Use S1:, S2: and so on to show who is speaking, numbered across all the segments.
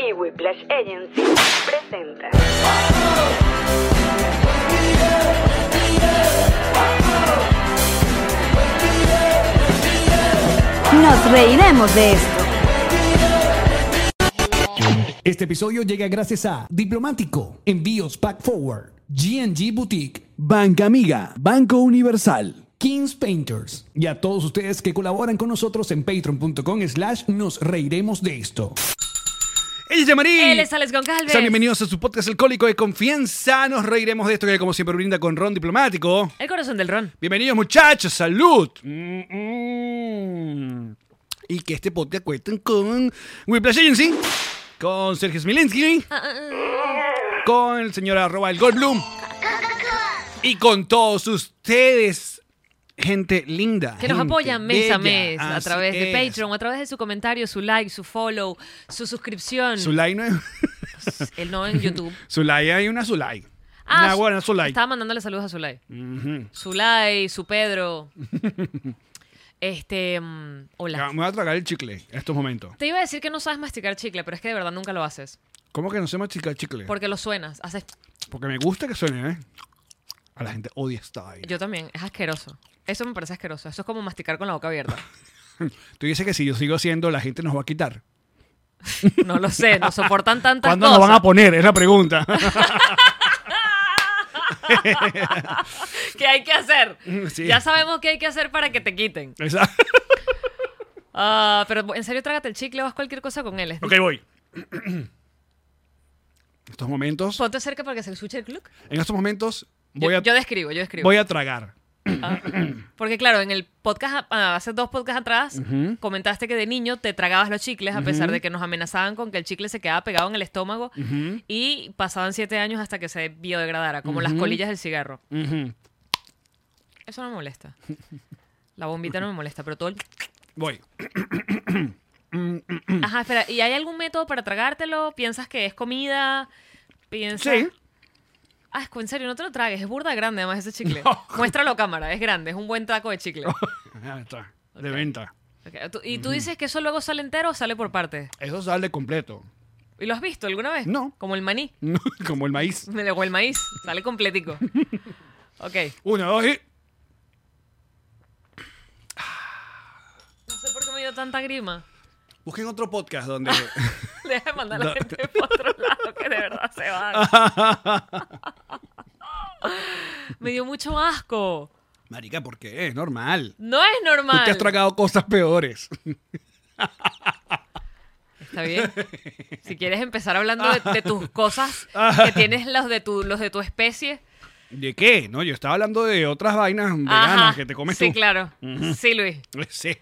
S1: y Whiplash Agency presenta
S2: Nos reiremos de esto.
S3: Este episodio llega gracias a Diplomático, Envíos Pack Forward, GNG Boutique, Banca Amiga, Banco Universal, Kings Painters y a todos ustedes que colaboran con nosotros en patreon.com slash nos reiremos de esto. Ella es Yamarí.
S4: Él es Alex Goncalves.
S3: Sean bienvenidos a su podcast alcohólico de confianza. Nos reiremos de esto que como siempre brinda con Ron Diplomático.
S4: El corazón del ron.
S3: Bienvenidos muchachos, salud. Mm, mm. Y que este podcast cuenten con Whiplash Agency, con Sergio Smilinski, con el señor arroba el Goldblum y con todos ustedes, gente linda.
S4: Que nos
S3: gente
S4: apoyan mes
S3: bella.
S4: a mes a
S3: Así
S4: través de
S3: es.
S4: Patreon, a través de su comentario, su like, su follow, su suscripción.
S3: Zulay no es...
S4: el no en YouTube.
S3: Zulay hay una Zulay.
S4: Ah,
S3: una
S4: su-
S3: buena Zulay.
S4: Estaba mandándole saludos a Zulay. Zulay, su Pedro. este. mm,
S3: Ya,
S4: hola.
S3: Me voy a tragar el chicle en estos momentos.
S4: Te iba a decir que no sabes masticar chicle, pero es que de verdad nunca lo haces.
S3: ¿Cómo que no se machica el chicle?
S4: Porque lo suenas. Haces.
S3: Porque me gusta que suene, ¿eh? A la gente odia esta vaina.
S4: Yo también. Es asqueroso. Eso me parece asqueroso. Eso es como masticar con la boca abierta.
S3: Tú dices que si yo sigo haciendo, la gente nos va a quitar.
S4: No lo sé. Nos soportan tantas
S3: ¿Cuándo
S4: cosas.
S3: nos van a poner? Es la pregunta.
S4: ¿Qué hay que hacer?
S3: Mm, Sí.
S4: Ya sabemos qué hay que hacer para que te quiten.
S3: Esa-
S4: Ah, pero en serio, trágate el chicle o haz cualquier cosa con él. Es-
S3: ok, voy. En estos momentos,
S4: Ponte cerca para que se escuche el cluck.
S3: en estos momentos,
S4: Pues, Yo,
S3: voy a,
S4: yo describo, yo describo.
S3: voy a tragar.
S4: Porque claro, en el podcast, ah, hace dos podcasts atrás, comentaste que de niño te tragabas los chicles a pesar de que nos amenazaban con que el chicle se quedaba pegado en el estómago y pasaban siete años hasta que se biodegradara, como las colillas del cigarro.
S3: Ujú.
S4: Eso no me molesta. La bombita no me molesta, pero todo el...
S3: Voy.
S4: Ajá, espera, ¿y hay algún método para tragártelo? ¿Piensas que es comida? ¿Piensas...?
S3: Sí.
S4: Ah, es- en serio, no te lo tragues. Es burda grande, además, ese chicle. Muéstralo a cámara, es grande, es un buen taco de chicle.
S3: Ahí está, De venta.
S4: Ok, tú- ¿Y tú dices que eso luego sale entero o sale por partes?
S3: Eso sale completo.
S4: ¿Y lo has visto alguna vez?
S3: No.
S4: Como el maní.
S3: Como el maíz.
S4: Me o el maíz, sale completico. Ok.
S3: Uno, dos y...
S4: No sé por qué me dio tanta grima.
S3: Busquen otro podcast donde...
S4: Deja de mandar a la
S3: No.
S4: gente por otro lado, que de verdad se va. me dio mucho asco.
S3: Marica, ¿por qué? Es normal.
S4: No es
S3: Tú
S4: normal.
S3: te has tragado cosas peores.
S4: Está bien. Si quieres empezar hablando de, de tus cosas,
S3: Ah.
S4: que tienes los de tu, los de tu especie.
S3: ¿De qué? No, yo estaba hablando de otras vainas veganas
S4: Ajá.
S3: que te comes
S4: Sí,
S3: tú. Pues
S4: claro. Sí, Luis.
S3: Sí.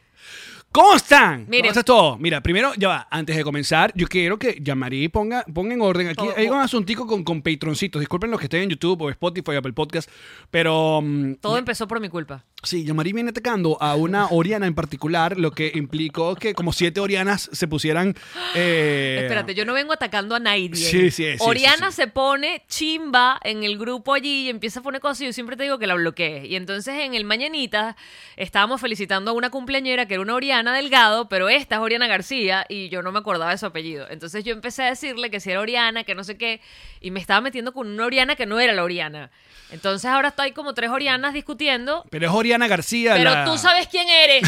S3: ¿Cómo están?
S4: Miren.
S3: ¿Cómo está todo? Mira, primero, ya va, antes de comenzar, yo quiero que Yamari ponga, ponga en orden. Aquí
S4: Todo.
S3: hay un asuntico con, con patroncitos. Disculpen los que estén en YouTube o Spotify o Apple Podcast, pero mm,
S4: Todo empezó por mi culpa.
S3: sí, Yamari viene atacando a una Oriana en particular, lo que implicó que como siete Orianas se pusieran... eh,
S4: Espérate, yo no vengo atacando a nadie.
S3: Sí, sí, sí, sí,
S4: Oriana
S3: sí.
S4: se pone chimba en el grupo allí y empieza a poner cosas y yo siempre te digo que la bloquees. Y entonces en el Mañanita estábamos felicitando a una cumpleañera que era una Oriana Delgado, pero esta es Oriana García y yo no me acordaba de su apellido. Entonces yo empecé a decirle que si era Oriana, que no sé qué, y me estaba metiendo con una Oriana que no era la Oriana. Entonces ahora estoy como tres Orianas discutiendo,
S3: Pero es Oriana García.
S4: pero
S3: la-
S4: tú sabes quién eres.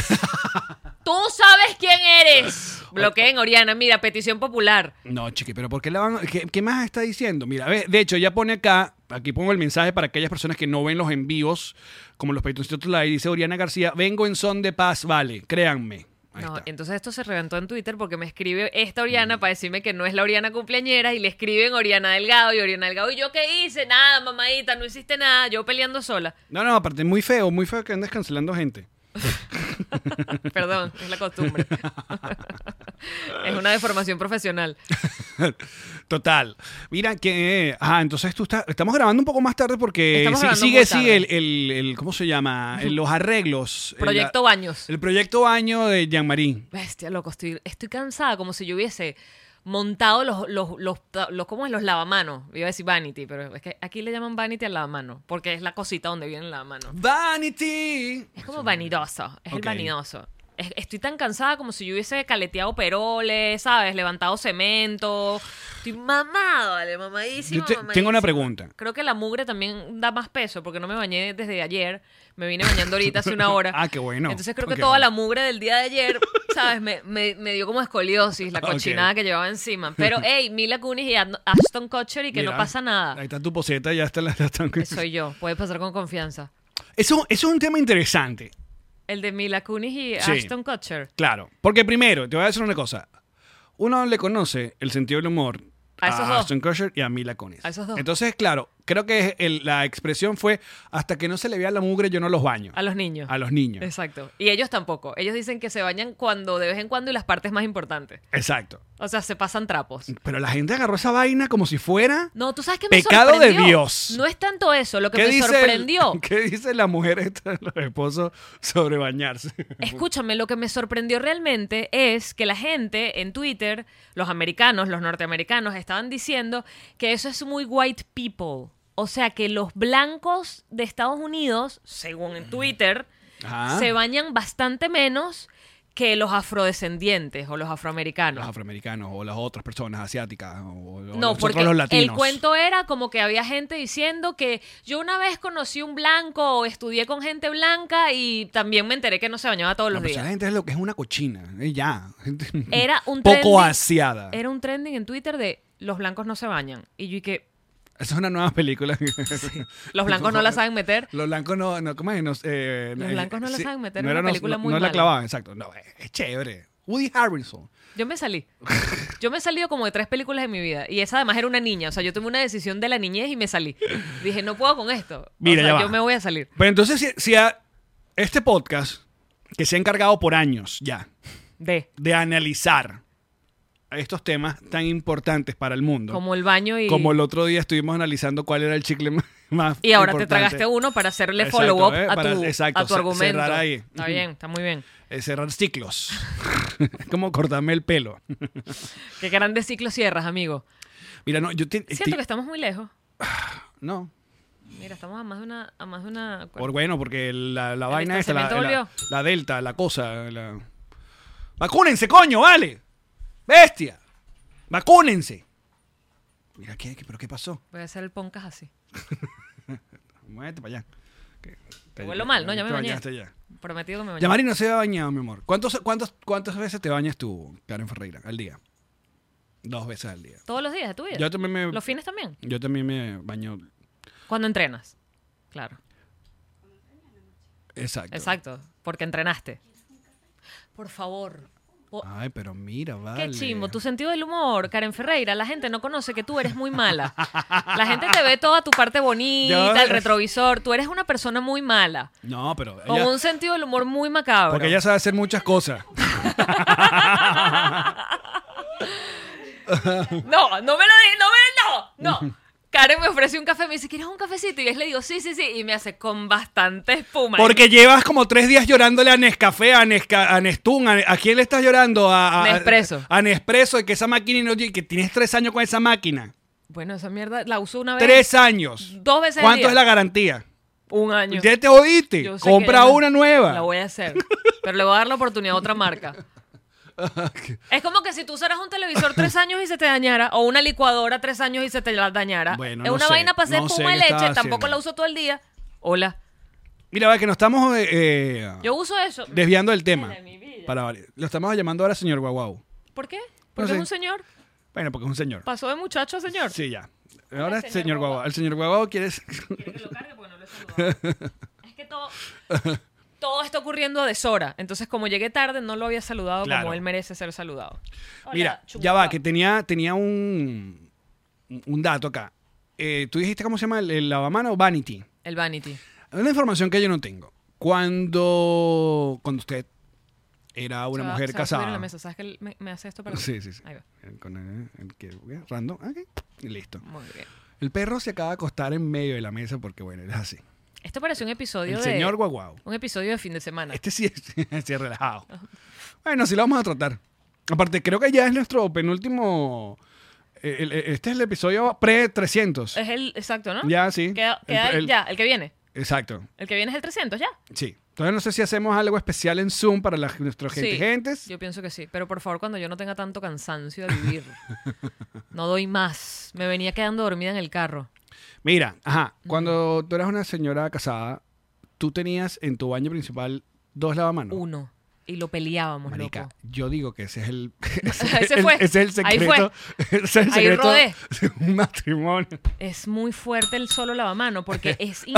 S4: tú sabes quién eres. Bloqueen, Oriana. Mira, petición popular.
S3: No, chiqui, pero ¿por qué la van? ¿Qué, qué más está diciendo? Mira, ve, de hecho, ya pone acá, aquí pongo el mensaje para aquellas personas que no ven los envíos, como los Patreoncitos Live, dice Oriana García, vengo en son de paz, vale, créanme. Ahí
S4: No,
S3: está. Mm.
S4: entonces esto se reventó en Twitter porque me escribe esta Oriana para decirme que no es la Oriana cumpleañera y le escriben Oriana Delgado y Oriana Delgado. ¿Y yo qué hice? Nada, mamadita, no hiciste nada, yo peleando sola.
S3: No, no, aparte, muy feo, muy feo que andes cancelando gente.
S4: Perdón, es la costumbre. es una deformación profesional.
S3: Total. Mira que. Ah, entonces tú estás. Estamos grabando un poco más tarde porque
S4: Estamos
S3: sí-
S4: grabando
S3: sigue
S4: muy
S3: así
S4: tarde.
S3: el, el- el- ¿Cómo se llama? El- los arreglos. el-
S4: Proyecto Baños.
S3: El proyecto baño de Jean-Marie.
S4: Bestia, loco, estoy, estoy cansada, como si yo hubiese montado los, los, los, los- ¿cómo es? Los lavamanos. Iba a decir vanity, pero es que aquí le llaman vanity al lavamano, porque es la cosita donde viene el lavamano.
S3: Vanity.
S4: Es como vanidoso, es el
S3: Ok.
S4: vanidoso. Es- Estoy tan cansada como si yo hubiese caleteado peroles, ¿sabes? Levantado cemento. Estoy mamado, vale, mamadísimo.
S3: Yo te- tengo una
S4: mamadísimo.
S3: pregunta.
S4: Creo que la mugre también da más peso porque no me bañé desde ayer. Me vine bañando ahorita hace una hora.
S3: Ah, qué bueno.
S4: Entonces creo
S3: Ok,
S4: que toda
S3: bueno.
S4: la mugre del día de ayer, ¿sabes? Me, me- me dio como escoliosis, la
S3: Ah, ok.
S4: cochinada que llevaba encima. Pero, hey, Mila Kunis y Ad- Ashton Kutcher y que
S3: Mira,
S4: no pasa
S3: Ahí
S4: nada.
S3: está tu poseta, ya está la. la están-
S4: Soy yo, puede pasar con confianza.
S3: Eso, eso es un tema interesante.
S4: El de Mila Kunis y
S3: Sí.
S4: Ashton Kutcher.
S3: Claro. Porque primero, te voy a decir una cosa. Uno le conoce el sentido del humor
S4: A esos dos.
S3: Ashton Kutcher y a Mila Kunis.
S4: A esos dos.
S3: Entonces, claro, creo que el- la expresión fue hasta que no se le vea la mugre yo no los baño.
S4: A los niños.
S3: A los niños.
S4: Exacto. Y ellos tampoco. Ellos dicen que se bañan cuando, de vez en cuando, y las partes más importantes.
S3: Exacto.
S4: O sea, se pasan trapos.
S3: Pero la gente agarró esa vaina como si fuera.
S4: No, tú sabes que me
S3: Pecado de
S4: sorprendió?
S3: Dios.
S4: No es tanto eso, lo que me
S3: dice el-
S4: sorprendió.
S3: ¿Qué dice la mujer esta, los esposos sobre bañarse?
S4: Escúchame, lo que me sorprendió realmente es que la gente en Twitter, los americanos, los norteamericanos, estaban diciendo que eso es muy white people. O sea, que los blancos de Estados Unidos, según en Twitter,
S3: Ajá.
S4: se bañan bastante menos que los afrodescendientes o los afroamericanos.
S3: Los afroamericanos o las otras personas asiáticas o, o
S4: No,
S3: nosotros
S4: porque
S3: los latinos.
S4: el cuento era como que había gente diciendo que yo una vez conocí un blanco o estudié con gente blanca y también me enteré que no se bañaba todos
S3: No,
S4: los
S3: pues,
S4: días.
S3: la gente es lo que es una cochina. y ya. Gente
S4: Era un
S3: Poco
S4: trending-
S3: asiada.
S4: Era un trending en Twitter de los blancos no se bañan. Y yo y que
S3: Esa es una nueva película.
S4: los blancos no la saben meter.
S3: Los blancos no, no ¿cómo es? Nos, eh,
S4: Los
S3: eh,
S4: blancos no la saben meter,
S3: no
S4: es
S3: era
S4: una
S3: nos-
S4: película
S3: no-
S4: muy
S3: No la
S4: mala.
S3: clavaban, exacto. No, es, es chévere. Woody Harrelson.
S4: Yo me salí. Yo me he salido como de tres películas de mi vida. Y esa además era una niña. O sea, yo tomé una decisión de la niñez y me salí. Dije, no puedo con esto. O
S3: Mira,
S4: sea,
S3: ya va.
S4: yo me voy a salir.
S3: Pero entonces, si, si a este podcast, que se ha encargado por años ya
S4: De.
S3: de analizar estos temas tan importantes para el mundo,
S4: Como el baño y.
S3: como el otro día estuvimos analizando cuál era el chicle más- más
S4: Y ahora
S3: importante.
S4: te tragaste uno para hacerle
S3: Exacto,
S4: follow-up
S3: ¿eh?
S4: a,
S3: Para-
S4: tu-
S3: exacto,
S4: a tu
S3: ce-
S4: argumento.
S3: cerrar ahí.
S4: Está bien, está muy bien.
S3: Eh, cerrar ciclos. es como cortarme el pelo.
S4: Qué grandes ciclos cierras, amigo.
S3: Mira, no, yo te-
S4: Siento
S3: te-
S4: que estamos muy lejos.
S3: no.
S4: Mira, estamos a más de una... A más de una...
S3: Por bueno, porque la, la vaina esta, la,
S4: distanciamiento
S3: la, la delta, la cosa, la... ¡Vacúnense, coño, vale! ¡Bestia! ¡Vacúnense! Mira, ¿qué, qué- pero qué pasó?
S4: Voy a hacer el podcast así.
S3: Muévete para allá. Que- Te
S4: huelo mal, ¿no? Ya me
S3: te
S4: bañé.
S3: bañaste ya.
S4: Prometido que me bañé.
S3: Yamari no se ha bañado, mi amor. ¿Cuántos, cuántos, ¿Cuántas veces te bañas tú, Karen Ferreira, al día? Dos veces al día.
S4: Todos los días, de tu vida.
S3: Yo también me,
S4: Los fines también.
S3: yo también me baño...
S4: Cuando entrenas. Claro.
S3: Exacto.
S4: Exacto. Porque entrenaste. Por favor. O-
S3: Ay, pero mira, vale.
S4: Qué chimbo, tu sentido del humor, Karen Ferreira, la gente no conoce que tú eres muy mala. La gente te ve toda tu parte bonita,
S3: Yo-
S4: el retrovisor, tú eres una persona muy mala,
S3: No, pero...
S4: con
S3: ella-
S4: un sentido del humor muy macabro.
S3: Porque ella sabe hacer muchas cosas.
S4: No, no me lo di, no me no, no. Karen me ofrece un café, me dice, ¿quieres un cafecito? Y yo le digo, sí, sí, sí, y me hace con bastante espuma.
S3: Porque llevas como tres días llorándole a Nescafé, a, Nesca, a Nestun. ¿A, a quién le estás llorando? A, a-
S4: Nespresso.
S3: A, Nespresso, y que esa máquina... y no- y que tienes tres años con esa máquina.
S4: Bueno, esa mierda la usó una vez.
S3: Tres años.
S4: Dos veces al
S3: ¿Cuánto
S4: día.
S3: es la garantía?
S4: Un año.
S3: Ya te oíste.
S4: Yo sé que
S3: Compra
S4: ya no-
S3: una nueva.
S4: La voy a hacer. Pero le voy a dar la oportunidad a otra marca. Es como que si tú usaras un televisor tres años y se te dañara, o una licuadora tres años y se te la dañara.
S3: Bueno,
S4: es
S3: no
S4: una
S3: sé,
S4: vaina para hacer
S3: no sé
S4: espuma de
S3: qué estaba
S4: leche, tampoco
S3: haciendo.
S4: la uso todo el día. Hola.
S3: Mira, va, que nos estamos eh, eh,
S4: Ah. Yo uso eso.
S3: desviando del tema.
S4: Mira, mi vida.
S3: Para, variar. lo estamos llamando ahora señor Guau.
S4: ¿Por qué?
S3: No
S4: Porque
S3: sé.
S4: es un señor.
S3: Bueno, porque es un señor.
S4: Pasó de muchacho a señor.
S3: Sí, ya. Ahora es señor Guau. El señor Guau quiere...
S4: que lo cargue porque no lo he saludado. es que todo, todo está ocurriendo a deshora. Entonces, como llegué tarde, no lo había saludado
S3: Claro.
S4: como él merece ser saludado.
S3: Mira,
S4: Hola,
S3: ya va,
S4: chupa.
S3: que tenía, tenía un, un dato acá. Eh, Tú dijiste cómo se llama el, el lavamano Vanity.
S4: El Vanity.
S3: Es una información que yo no tengo. Cuando, cuando usted era
S4: Se
S3: una
S4: va-
S3: mujer
S4: se va a subir en la
S3: casada.
S4: mesa. ¿Sabes que el- me, me hace esto para.?
S3: Sí, sí, sí.
S4: Ahí va.
S3: El con el- el que- random, ok, y listo.
S4: Muy bien.
S3: El perro se acaba de acostar en medio de la mesa porque, bueno, era así.
S4: Esto parece un episodio
S3: El
S4: de.
S3: señor guaguau.
S4: Un episodio de fin de semana.
S3: Este sí es, sí es relajado. Bueno, sí lo vamos a tratar. Aparte, creo que ya es nuestro penúltimo. el- el- este es el episodio pre-300.
S4: Es el exacto, ¿no?
S3: Ya, sí.
S4: Queda,
S3: El-
S4: queda
S3: el-
S4: ya, el que viene.
S3: Exacto.
S4: El que viene es el 300, ya.
S3: Sí. Entonces no sé si hacemos algo especial en Zoom para las- nuestros
S4: Sí,
S3: gentigentes.
S4: Yo pienso que sí. Pero por favor, cuando yo no tenga tanto cansancio de vivir, no doy más. Me venía quedando dormida en el carro.
S3: Mira, ajá. Cuando tú eras una señora casada, tú tenías en tu baño principal dos lavamanos.
S4: Uno. Y lo peleábamos,
S3: Marica,
S4: loco.
S3: yo digo que ese es el. Ese,
S4: Ahí se
S3: el-
S4: fue.
S3: ese es el
S4: Ahí fue.
S3: secreto. Ese es el
S4: Ahí
S3: secreto
S4: rodé.
S3: de un matrimonio.
S4: Es muy fuerte el solo lavamano porque es. in-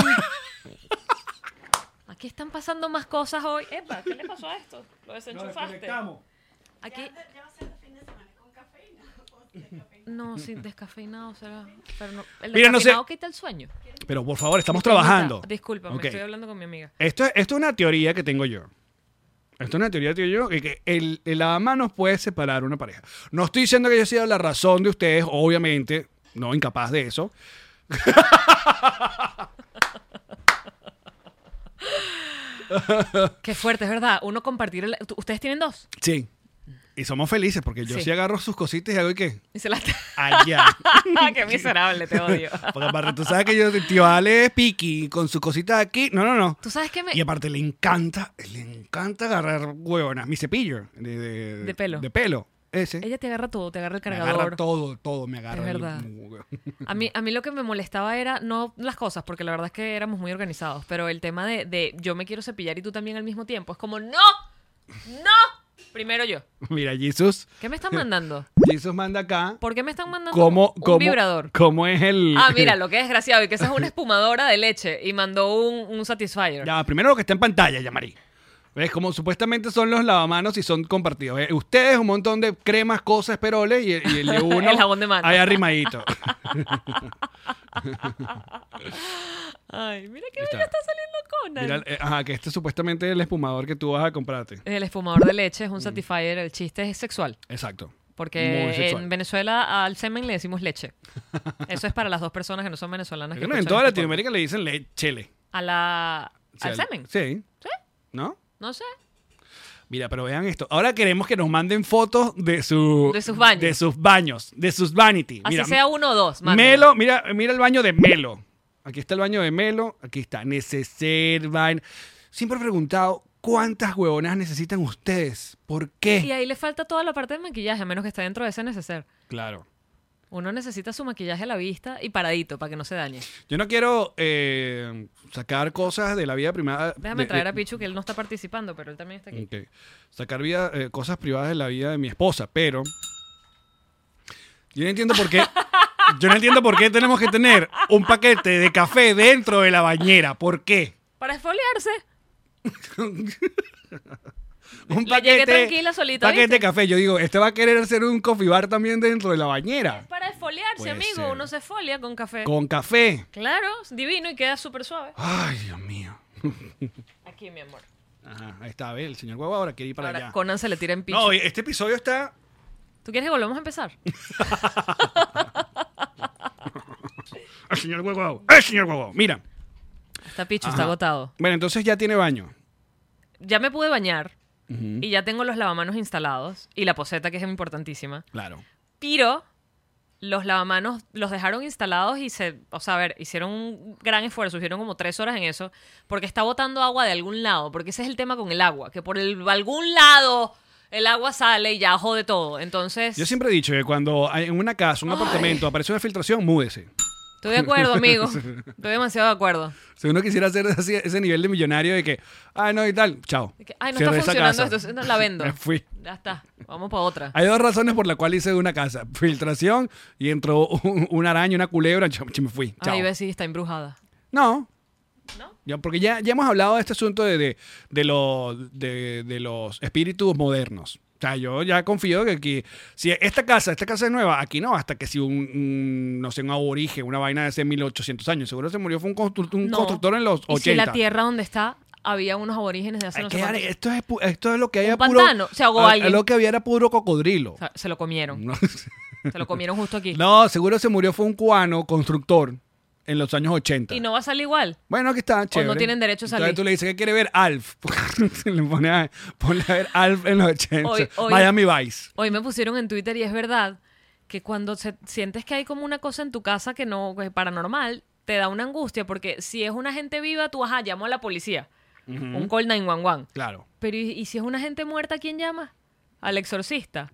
S4: Aquí están pasando más cosas hoy. Epa, ¿qué le pasó a esto? Lo desenchufaste. Aquí. No, sí, descafeinado será. Pero no, el
S3: Mira, no sé-
S4: descafeinado quita el sueño.
S3: Pero por favor, estamos
S4: Disculpa,
S3: trabajando.
S4: Disculpa,
S3: Ok.
S4: me estoy hablando con mi amiga.
S3: Esto, es- esto es una teoría que tengo yo. Esto es una teoría que tengo yo, que- que el, el lavamanos puede separar una pareja. No estoy diciendo que yo sea la razón de ustedes, obviamente, no incapaz de eso.
S4: Qué fuerte, es verdad. Uno compartir. el- tú- Ustedes tienen dos.
S3: Sí. Y somos felices porque yo
S4: Sí.
S3: sí, agarro sus cositas y hago ¿y qué?
S4: Y se las.
S3: Allá.
S4: Qué miserable, te odio.
S3: Porque aparte, tú sabes que yo, tío Ale es piqui con sus cositas aquí. No, no, no.
S4: Tú sabes que me.
S3: Y aparte le encanta, le encanta agarrar huevonas. Mi cepillo de,
S4: De pelo.
S3: De pelo. Ese.
S4: Ella te agarra todo, te agarra el
S3: Me
S4: cargador.
S3: agarra todo, todo me agarra.
S4: Es
S3: el-
S4: verdad. A mí, a mí lo que me molestaba era no las cosas, porque la verdad es que éramos muy organizados, pero el tema de, de yo me quiero cepillar y tú también al mismo tiempo. Es como, no, no, primero yo.
S3: Mira, Jesus,
S4: ¿Qué me están mandando?
S3: Jesus manda acá.
S4: ¿Por qué me están mandando
S3: ¿Cómo,
S4: un
S3: cómo,
S4: vibrador?
S3: ¿Cómo es el...?
S4: Ah, mira, lo que desgraciado, y que esa es una espumadora de leche y mandó un, un satisfier.
S3: Ya, primero lo que está en pantalla, ya, Marí. ¿Ves? Como supuestamente son los lavamanos y son compartidos. ¿eh? Ustedes un montón de cremas, cosas, peroles y, y el de uno...
S4: El jabón de mano.
S3: Ahí arrimadito.
S4: Ay, mira qué
S3: Ahí está.
S4: bello está saliendo Conan.
S3: Mira, eh, ajá, que este es supuestamente el espumador que tú vas a comprarte.
S4: El espumador de leche es un satisfier, el chiste es sexual.
S3: Exacto. Muy
S4: Porque
S3: sexual.
S4: en Venezuela al semen le decimos leche. Eso es para las dos personas que no son venezolanas. que
S3: Creo que en
S4: escuchan
S3: toda
S4: este
S3: Latinoamérica le dicen le chele.
S4: podcast. A la...
S3: O sea,
S4: al semen.
S3: Sí.
S4: ¿Sí?
S3: ¿No?
S4: No sé.
S3: Mira, pero vean esto. Ahora queremos que nos manden fotos de su...
S4: De sus baños.
S3: De sus baños. De sus vanity.
S4: Así
S3: Mira,
S4: sea uno o dos. mándenlo.
S3: Melo, mira, mira el baño de Melo. Aquí está el baño de Melo, aquí está Neceser, vaina. Siempre he preguntado cuántas huevonas necesitan ustedes. ¿Por
S4: Y
S3: qué?
S4: ahí le falta toda la parte de maquillaje, a menos que esté dentro de ese neceser.
S3: Claro.
S4: Uno necesita su maquillaje a la vista y paradito para que no se dañe.
S3: Yo no quiero eh, sacar cosas de la vida privada.
S4: Déjame
S3: de-
S4: traer a
S3: de- Mm.
S4: Pichu, que él no está participando, pero él también está aquí.
S3: Ok. Sacar vida, eh, cosas privadas de la vida de mi esposa, pero yo no entiendo por qué. Yo no entiendo por qué tenemos que tener un paquete de café dentro de la bañera. ¿Por qué?
S4: Para esfoliarse.
S3: un
S4: Le llegué tranquila solita,
S3: Paquete
S4: ¿viste?
S3: de café. Yo digo, este va a querer hacer un coffee bar también dentro de la bañera.
S4: Para esfoliarse,
S3: Puede
S4: amigo.
S3: ser.
S4: Uno se esfolia con café.
S3: Con café.
S4: Claro, es divino y queda súper suave.
S3: Ay, Dios mío.
S4: Aquí, mi amor.
S3: Ajá, ahí está, ve, el señor Guagua ahora quiere ir para
S4: Ahora
S3: allá.
S4: Conan se le tira en Pichu.
S3: No, oye, este episodio está.
S4: ¿Tú quieres que volvamos a empezar?
S3: El señor Guagua. El señor Guagua. Mira.
S4: Está Pichu,
S3: Ajá.
S4: está agotado.
S3: Bueno, entonces ya tiene baño.
S4: Ya me pude bañar y ya tengo los lavamanos instalados y la poseta, que es importantísima.
S3: Claro.
S4: Pero los lavamanos los dejaron instalados y se, o sea, a ver, hicieron un gran esfuerzo, hicieron como tres horas en eso, porque está botando agua de algún lado, porque ese es el tema con el agua, que por el, algún lado el agua sale y ya jode todo. Entonces,
S3: Yo siempre he dicho que cuando hay- en una casa, un apartamento, aparece una filtración, múdese.
S4: estoy de acuerdo, amigo. Estoy demasiado de acuerdo.
S3: Si uno quisiera hacer así- ese nivel de millonario de que, ay, no, y tal, chao.
S4: De que, Ay, no
S3: Cerré esa
S4: está funcionando
S3: casa.
S4: esto, entonces la vendo.
S3: Me fui.
S4: Ya está, vamos para otra.
S3: Hay dos razones por las cuales hice una casa. Filtración y entró un- una araña, una culebra, yo, yo me fui. Chao.
S4: Ahí ves si está embrujada.
S3: No.
S4: ¿No?
S3: Ya, porque ya, ya hemos hablado de este asunto de, de, de lo- de- de los espíritus modernos. O sea, yo ya confío que aquí, si esta casa, esta casa es nueva, aquí no, hasta que si un, un, no sé, un aborigen, una vaina de hace 1800 años, seguro se murió fue un, constru- un
S4: No.
S3: constructor en los
S4: Y si
S3: 80.
S4: la tierra donde está había unos aborígenes de hace
S3: Ay,
S4: no
S3: qué
S4: sé cuánto
S3: are- esto, es, pu- esto es lo que había
S4: Un pantano, se ahogó
S3: a- a
S4: alguien.
S3: Lo que había era puro cocodrilo.
S4: O sea, se lo comieron.
S3: No,
S4: Se lo comieron justo aquí.
S3: no, seguro se murió fue un cubano constructor en los años 80.
S4: Y no va a salir igual.
S3: Bueno, aquí está, chévere.
S4: tienen derecho a salir.
S3: Entonces tú le dices, ¿qué quiere ver? Alf. le pone a, ponle a ver Alf en los 80.
S4: Hoy- hoy-
S3: Miami Vice.
S4: Hoy me pusieron en Twitter y es verdad que cuando se- sientes que hay como una cosa en tu casa que no que es paranormal, te da una angustia porque si es una gente viva, tú, ajá, llamo a la policía. Un call 911.
S3: Claro.
S4: Pero ¿y, y si es una gente muerta, ¿a quién llama? Al exorcista.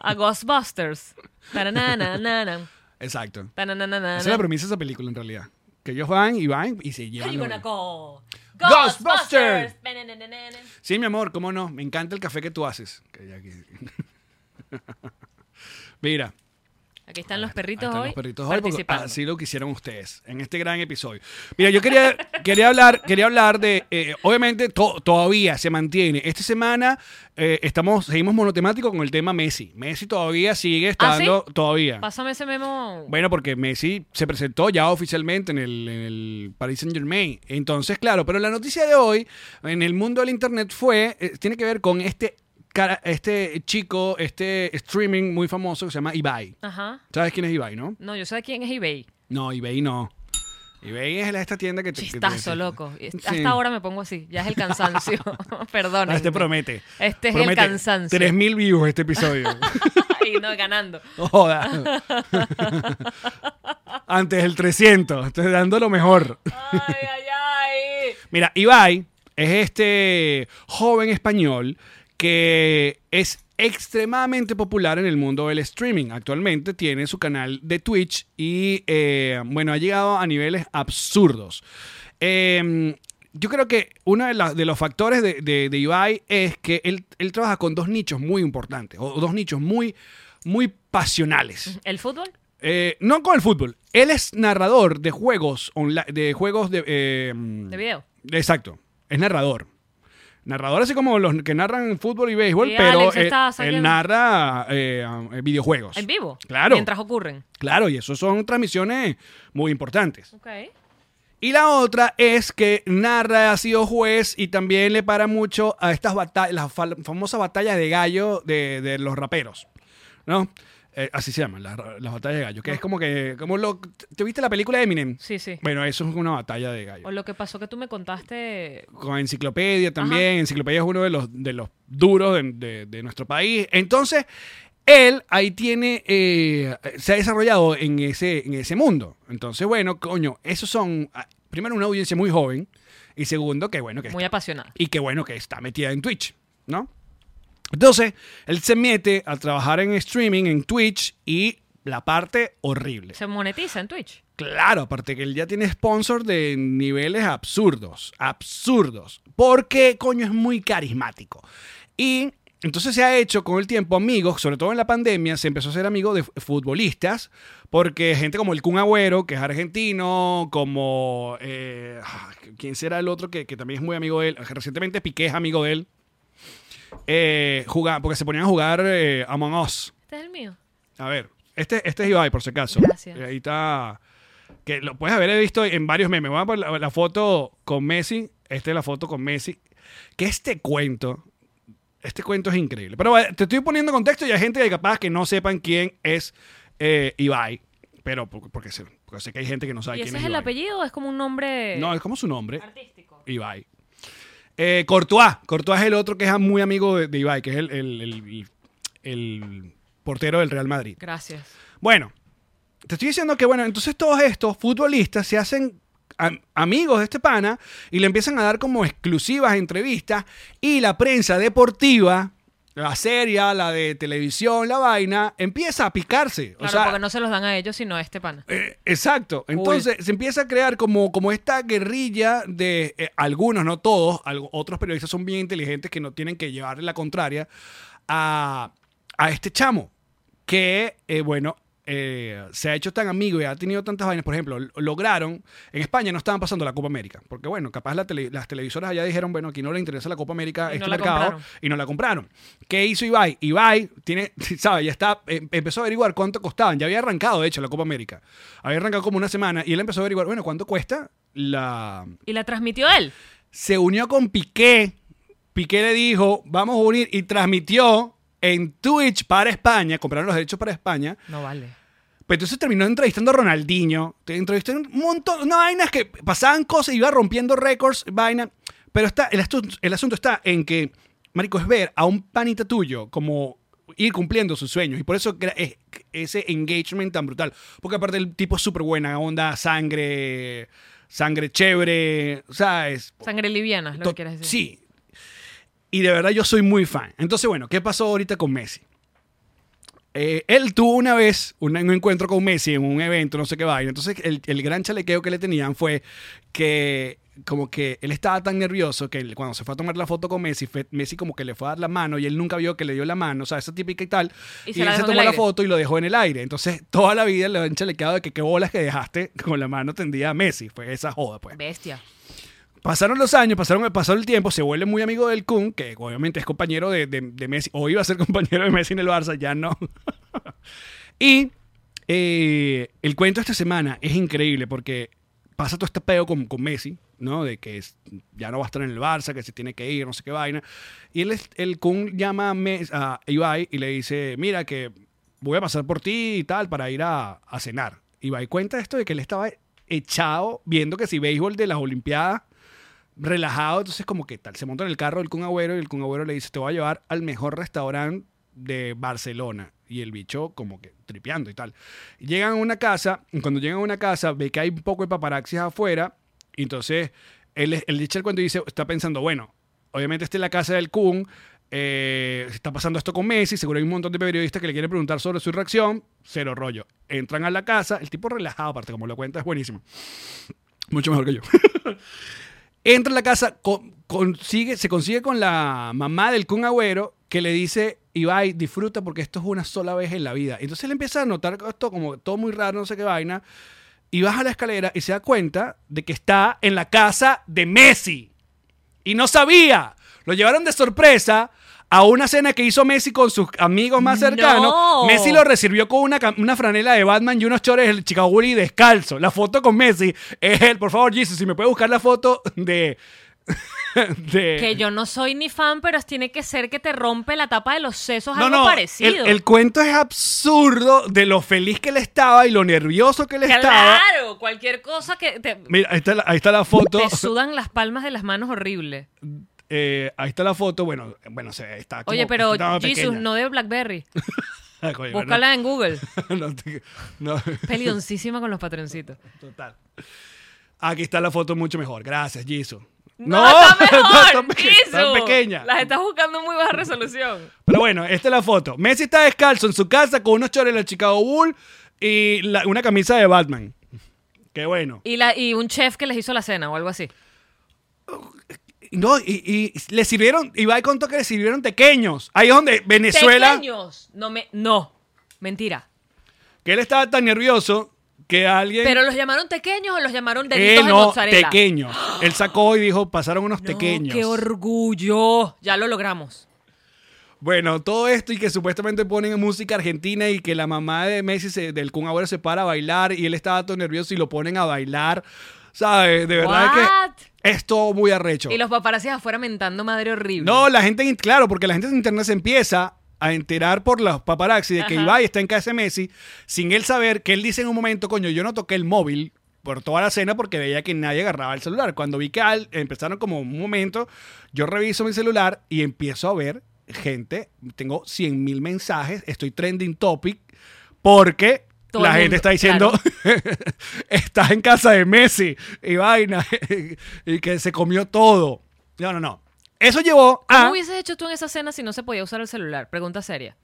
S4: a Ghostbusters. Taranana,
S3: Exacto.
S4: Taranana.
S3: Esa es la premisa de esa película, en realidad. Que ellos van y van y se llevan.
S4: Are you
S3: lo-
S4: gonna call?
S3: Ghostbusters.
S4: Banananana.
S3: Sí, mi amor, cómo no. Me encanta el café que tú haces. Que ya que- Mira.
S4: Aquí están los perritos
S3: Ahí están
S4: hoy.
S3: los perritos hoy, porque
S4: participando.
S3: así lo quisieron ustedes en este gran episodio. Mira, yo quería, quería, hablar, quería hablar de, eh, obviamente to- todavía se mantiene. Esta semana eh, estamos, seguimos monotemático con el tema Messi. Messi todavía sigue
S4: ¿Ah,
S3: estando, todavía.
S4: Pásame ese memo.
S3: Bueno, porque Messi se presentó ya oficialmente en el, en el Paris Saint Germain. Entonces, claro, pero la noticia de hoy en el mundo del Internet fue, eh, tiene que ver con este, cara- este chico, este streaming muy famoso que se llama Ibai.
S4: Ajá.
S3: ¿Sabes quién es Ibai, no?
S4: No, yo sé quién es eBay.
S3: No, eBay no. eBay es la- esta tienda que te. que te-
S4: Chistazo, loco. Y est-
S3: Sí.
S4: Hasta ahora me pongo así. Ya es el cansancio. Perdón.
S3: Este promete.
S4: Este es el
S3: Promete
S4: cansancio.
S3: 3000 views este episodio.
S4: y no ganando.
S3: No Joda. Antes el 300. Estoy dando lo mejor.
S4: Ay, ay, ay.
S3: Mira, Ibai es este joven español que es extremadamente popular en el mundo del streaming. Actualmente tiene su canal de Twitch y, eh, bueno, ha llegado a niveles absurdos. Eh, yo creo que uno de, la- de los factores de, de- de Ibai es que él, él trabaja con dos nichos muy importantes, o dos nichos muy, muy pasionales.
S4: ¿El fútbol?
S3: Eh, no con el fútbol. Él es narrador de juegos online, de juegos de... eh,
S4: ¿De video?
S3: Exacto. Es narrador. Narrador así como los que narran fútbol y béisbol,
S4: Y
S3: pero
S4: Alex
S3: eh,
S4: está
S3: él,
S4: saliendo.
S3: narra eh, eh, videojuegos.
S4: ¿En vivo?
S3: Claro.
S4: Mientras ocurren.
S3: Claro, y eso son transmisiones muy importantes.
S4: Ok.
S3: Y la otra es que narra, ha sido juez y también le para mucho a estas batallas, las fal- famosas batallas de gallo de, de los raperos, ¿no? Eh, así se llaman, las, ra- las batallas de gallo, que es como que, como lo, ¿te viste la película de Eminem?
S4: Sí, sí.
S3: Bueno, eso es una batalla de gallo.
S4: O lo que pasó que tú me contaste.
S3: Con Enciclopedia también, Enciclopedia es uno de los, de los duros de, de- de nuestro país. Entonces, él ahí tiene, eh, se ha desarrollado en ese, en ese mundo. Entonces, bueno, coño, esos son, ah, primero, una audiencia muy joven y segundo, que bueno que
S4: Muy
S3: está-
S4: apasionada.
S3: y que bueno que está metida en Twitch, ¿no? Entonces, él se mete a trabajar en streaming, en Twitch y la parte horrible.
S4: Se monetiza en Twitch.
S3: Claro, aparte que él ya tiene sponsor de niveles absurdos, absurdos, porque coño es muy carismático. Y entonces se ha hecho con el tiempo amigos, sobre todo en la pandemia, se empezó a ser amigo de f- futbolistas, porque gente como el Kun Agüero, que es argentino, como... eh, ¿Quién será el otro que, que también es muy amigo de él? Recientemente Piqué es amigo de él. Eh, juga- porque se ponían a jugar eh, Among Us.
S4: Este es el mío.
S3: A ver, este, este es Ibai, por si acaso.
S4: Gracias.
S3: Eh, Ahí está. Que lo puedes haber visto en varios memes. Vamos a poner la, la foto con Messi. Esta es la foto con Messi. Que este cuento. Este cuento es increíble. Pero bueno, te estoy poniendo contexto y hay gente que capaz que no sepan quién es eh, Ibai. Pero por- porque sé, porque sé que hay gente que no sabe
S4: ¿Y
S3: quién
S4: ese
S3: es.
S4: es el
S3: Ibai.
S4: apellido o es como un nombre
S3: No, es como su nombre.
S4: artístico?
S3: Ibai. Eh, Courtois. Courtois es el otro que es muy amigo de, de Ibai, que es el- el- el- el portero del Real Madrid.
S4: Gracias.
S3: Bueno, te estoy diciendo que, bueno, entonces todos estos futbolistas se hacen am- amigos de este pana y le empiezan a dar como exclusivas entrevistas y la prensa deportiva, la seria, la de televisión, la vaina, empieza a picarse. O
S4: Claro,
S3: sea,
S4: porque no se los dan a ellos, sino a este pana.
S3: eh, exacto. Entonces se empieza a crear como, como esta guerrilla de eh, algunos, no todos, algo- otros periodistas son bien inteligentes que no tienen que llevarle la contraria a, a este chamo que, eh, bueno, eh, se ha hecho tan amigo y ha tenido tantas vainas. Por ejemplo, l- lograron, en España no estaban pasando la Copa América, porque bueno, capaz la tele- las televisoras allá dijeron, bueno, aquí no le interesa la Copa América,
S4: Y
S3: este
S4: no la
S3: mercado,
S4: compraron.
S3: y no la compraron. ¿Qué hizo Ibai? Ibai tiene, ¿sabes? Ya está, em- empezó a averiguar cuánto costaban. Ya había arrancado, de hecho, la Copa América. Había arrancado como una semana y él empezó a averiguar, bueno, ¿cuánto cuesta la,
S4: Y la transmitió él.
S3: se unió con Piqué. Piqué le dijo, vamos a unir y transmitió en Twitch para España, compraron los derechos para España.
S4: No vale.
S3: Pero entonces terminó entrevistando a Ronaldinho. Te- Entrevistó un montón de vainas que pasaban cosas, iba rompiendo récords, vaina. Pero está, el, astu- el asunto está en que, Marico, es ver a un panita tuyo como ir cumpliendo sus sueños. Y por eso crea- es- ese engagement tan brutal. Porque aparte el tipo es súper buena onda, sangre, sangre chévere, ¿sabes?
S4: Sangre liviana, es lo
S3: To-
S4: que quieres decir.
S3: Sí. Y de verdad yo soy muy fan. Entonces, bueno, ¿qué pasó ahorita con Messi? Eh, él tuvo una vez un, un encuentro con Messi en un evento, no sé qué vaina. Entonces, el, el gran chalequeo que le tenían fue que como que él estaba tan nervioso que él, cuando se fue a tomar la foto con Messi, fue- Messi como que le fue a dar la mano y él nunca vio que le dio la mano, o sea, esa típica y tal.
S4: Y
S3: Y,
S4: se
S3: él
S4: la
S3: se
S4: dejó en
S3: tomó
S4: el
S3: la
S4: aire.
S3: foto y lo dejó en el aire. Entonces, toda la vida le han chalequeado de que qué bolas que dejaste con la mano tendida a Messi. Fue esa joda, pues.
S4: Bestia.
S3: Pasaron los años, pasaron, pasó el tiempo, se vuelve muy amigo del Kun, que obviamente es compañero de, de- de Messi, o iba a ser compañero de Messi en el Barça, ya no. y eh, el cuento de esta semana es increíble porque pasa todo este peo con, con Messi, ¿no? De que es- ya no va a estar en el Barça, que se tiene que ir, no sé qué vaina. Y él es- el Kun llama a, Mes- a Ibai y le dice, mira que voy a pasar por ti y tal para ir a, a cenar. Ibai cuenta esto de que él estaba echado viendo que si béisbol de las Olimpiadas relajado, entonces como que tal, se monta en el carro el Kun Agüero y el Kun Agüero le dice, te voy a llevar al mejor restaurante de Barcelona. Y el bicho como que tripeando y tal. Llegan a una casa, y cuando llegan a una casa ve que hay un poco de paparaxis afuera, y entonces él, él echa el cuento y dice, está pensando, bueno, obviamente esta es la casa del Kun, eh, está pasando esto con Messi, seguro hay un montón de periodistas que le quieren preguntar sobre su reacción, cero rollo. Entran a la casa, el tipo relajado, aparte como lo cuenta, es buenísimo. Mucho mejor que yo. Entra a la casa, co- consigue, se consigue con la mamá del Kun Agüero que le dice, Ibai, disfruta porque esto es una sola vez en la vida. Entonces él empieza a notar esto como todo muy raro, no sé qué vaina, y baja la escalera y se da cuenta de que está en la casa de Messi. Y no sabía. Lo llevaron de sorpresa a una cena que hizo Messi con sus amigos más cercanos.
S4: No.
S3: Messi lo recibió con una, cam- una franela de Batman y unos chores del Chicago Bulls y descalzo. La foto con Messi es él. Por favor, Jesus, si me puede buscar la foto de... de
S4: Que yo no soy ni fan, pero tiene que ser que te rompe la tapa de los sesos,
S3: no,
S4: algo
S3: no,
S4: parecido.
S3: El, el cuento es absurdo de lo feliz que él estaba y lo nervioso que él estaba.
S4: Claro, cualquier cosa que te,
S3: Mira, ahí está la, ahí está la foto.
S4: te sudan las palmas de las manos horrible.
S3: Eh, ahí está la foto. Bueno, bueno, se está. como-
S4: Oye, pero
S3: estaba
S4: Jesus,
S3: pequeña.
S4: no de Blackberry.
S3: Ay, coño, bueno.
S4: Búscala en Google.
S3: No te- no.
S4: Pelidoncísima con los patroncitos.
S3: Total. Aquí está la foto mucho mejor. Gracias, Jisoo.
S4: No, está mejor.
S3: peque- está
S4: Jesus.
S3: pequeña.
S4: Las estás buscando en muy baja resolución.
S3: Pero bueno, esta es la foto. Messi está descalzo en su casa con unos chores de los Chicago Bulls y la- una camisa de Batman. Qué bueno.
S4: Y, la, y un chef que les hizo la cena o algo así.
S3: No, y, y le sirvieron, Ibai contó que le sirvieron pequeños. Ahí es donde Venezuela,
S4: Pequeños. No, me, no. mentira.
S3: que él estaba tan nervioso que alguien...
S4: ¿Pero los llamaron pequeños o los llamaron
S3: Eh,
S4: deditos de
S3: no,
S4: mozzarella?
S3: pequeños. Él sacó y dijo, pasaron unos
S4: No,
S3: pequeños.
S4: ¡Qué orgullo! Ya lo logramos.
S3: Bueno, todo esto y que supuestamente ponen música argentina y que la mamá de Messi se- del Kun Agüero se para a bailar y él estaba todo nervioso y lo ponen a bailar. ¿Sabes? De verdad
S4: What?
S3: que es todo muy arrecho.
S4: Y los paparazzis afuera mentando madre horrible.
S3: No, la gente, en- claro, porque la gente en internet se empieza a enterar por los paparazzi de que
S4: Ajá.
S3: Ibai está en casa de Messi sin él saber que él dice en un momento, coño, yo no toqué el móvil por toda la cena porque veía que nadie agarraba el celular. Cuando vi que al- empezaron como un momento, yo reviso mi celular y empiezo a ver gente, tengo 100 mil mensajes, estoy trending topic porque...
S4: Todo
S3: la gente
S4: el mundo,
S3: está diciendo, estás en casa de Messi y vaina, y que se comió todo. No, no, no. Eso llevó a...
S4: ¿Cómo hubieses hecho tú en esa cena si no se podía usar el celular? Pregunta seria.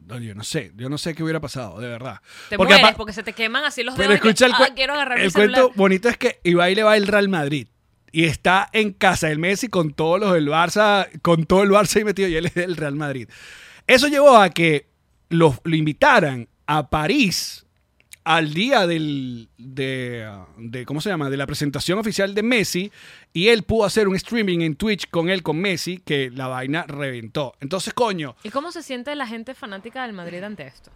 S3: No, yo no sé, yo no sé qué hubiera pasado, de verdad.
S4: Te
S3: Porque
S4: mueres
S3: apa-
S4: porque se te queman así los dedos.
S3: pero
S4: de que,
S3: escucha el,
S4: "Ah,
S3: cue-
S4: quiero agarrar mi
S3: el
S4: celular".
S3: cuento bonito es que Ibai le va al Real Madrid y está en casa del Messi con todos los del Barça, con todo el Barça ahí metido y él es del Real Madrid. Eso llevó a que los, lo invitaran a París al día del de, ah, de- cómo se llama de la presentación oficial de Messi y él pudo hacer un streaming en Twitch con él con Messi que la vaina reventó entonces coño
S4: ¿Y cómo se siente la gente fanática del Madrid ante esto?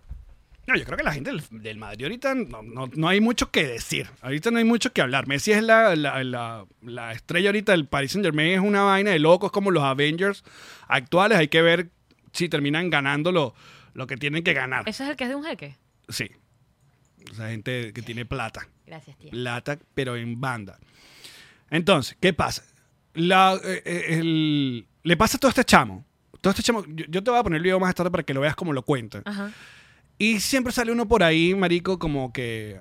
S3: No, yo creo que la gente del, del Madrid ahorita no, no- no hay mucho que decir. Ahorita no hay mucho que hablar. Messi es la, la- la- la estrella ahorita del Paris Saint Germain. Es una vaina de locos como los Avengers actuales. Hay que ver si terminan ganando lo, lo que tienen que ganar.
S4: ¿Ese es el que es de un jeque?
S3: Sí. Esa gente que tiene plata.
S4: Gracias, tía.
S3: Plata, pero en banda. Entonces, ¿qué pasa? La- eh, eh, el- le pasa todo este chamo. Todo este chamo. Yo, yo te voy a poner el video más tarde para que lo veas como lo cuenta.
S4: Ajá.
S3: Y siempre sale uno por ahí, marico, como que.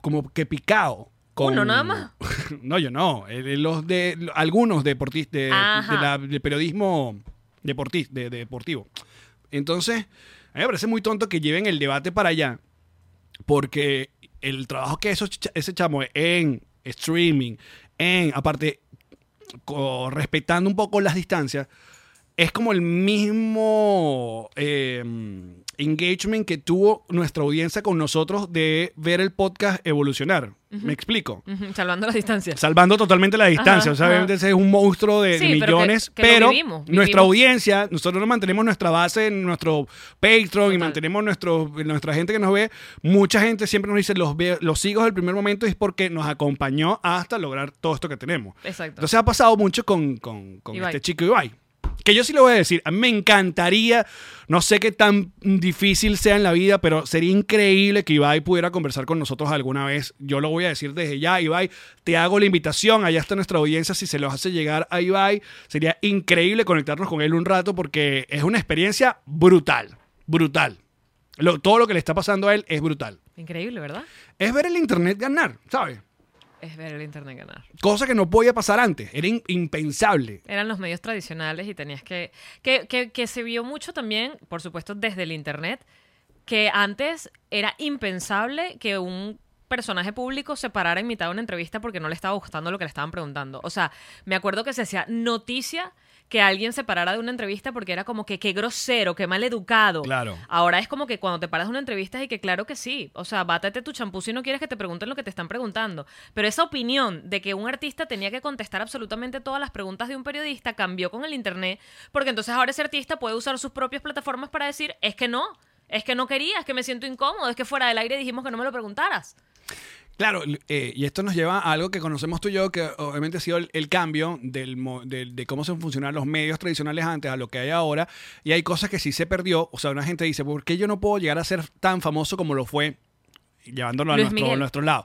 S3: Como que picado. Con...
S4: ¿Uno nada más?
S3: no, yo no. Eh, eh, Los de. lo- Algunos deportistas. De,
S4: Ajá.
S3: de la- de periodismo deporti- de- de deportivo. Entonces, a mí me parece muy tonto que lleven el debate para allá. Porque el trabajo que esos cha- ese chamo en streaming, en, aparte, co- respetando un poco las distancias, es como el mismo eh, engagement que tuvo nuestra audiencia con nosotros de ver el podcast evolucionar. ¿Me explico?
S4: Ujú, Salvando las distancias.
S3: Salvando totalmente la distancia.
S4: Ajá,
S3: o sea,
S4: ajá.
S3: obviamente ese es un monstruo de, de
S4: Sí, pero que-
S3: millones.
S4: que lo
S3: Pero,
S4: vivimos,
S3: nuestra
S4: vivimos.
S3: audiencia, nosotros mantenemos nuestra base en nuestro Patreon y
S4: Total.
S3: mantenemos nuestro, nuestra gente que nos ve. Mucha gente siempre nos dice, los, veo- los sigo desde el primer momento y es porque nos acompañó hasta lograr todo esto que tenemos.
S4: Exacto.
S3: Entonces ha pasado mucho con, con- con
S4: Ibai.
S3: este chico Ibai. Que yo sí lo voy a decir, a mí me encantaría, no sé qué tan difícil sea en la vida, pero sería increíble que Ibai pudiera conversar con nosotros alguna vez. Yo lo voy a decir desde ya, Ibai, te hago la invitación, allá está nuestra audiencia, si se los hace llegar a Ibai, sería increíble conectarnos con él un rato porque es una experiencia brutal, brutal. Lo- todo lo que le está pasando a él es brutal.
S4: Increíble, ¿verdad?
S3: Es ver el Internet ganar, ¿sabes?
S4: Es ver el internet ganar.
S3: Cosa que no podía pasar antes, era in- impensable.
S4: Eran los medios tradicionales y tenías que que, que... que se vio mucho también, por supuesto, desde el internet, que antes era impensable que un personaje público se parara en mitad de una entrevista porque no le estaba gustando lo que le estaban preguntando. O sea, me acuerdo que se hacía noticia que alguien se parara de una entrevista porque era como que qué grosero, qué mal educado.
S3: Claro.
S4: Ahora es como que cuando te paras de una entrevista es y que claro que sí. O sea, bátate tu champú si no quieres que te pregunten lo que te están preguntando. Pero esa opinión de que un artista tenía que contestar absolutamente todas las preguntas de un periodista cambió con el internet, porque entonces ahora ese artista puede usar sus propias plataformas para decir, es que no, es que no quería, es que me siento incómodo, es que fuera del aire dijimos que no me lo preguntaras.
S3: Claro, l- eh, y esto nos lleva a algo que conocemos tú y yo, que obviamente ha sido el, el cambio del, mo- del- de cómo se funcionan los medios tradicionales antes a lo que hay ahora, y hay cosas que sí se perdió, o sea, una gente dice, ¿por qué yo no puedo llegar a ser tan famoso como lo fue? Llevándolo a
S4: Luis
S3: nuestro,
S4: Miguel.
S3: nuestro lado.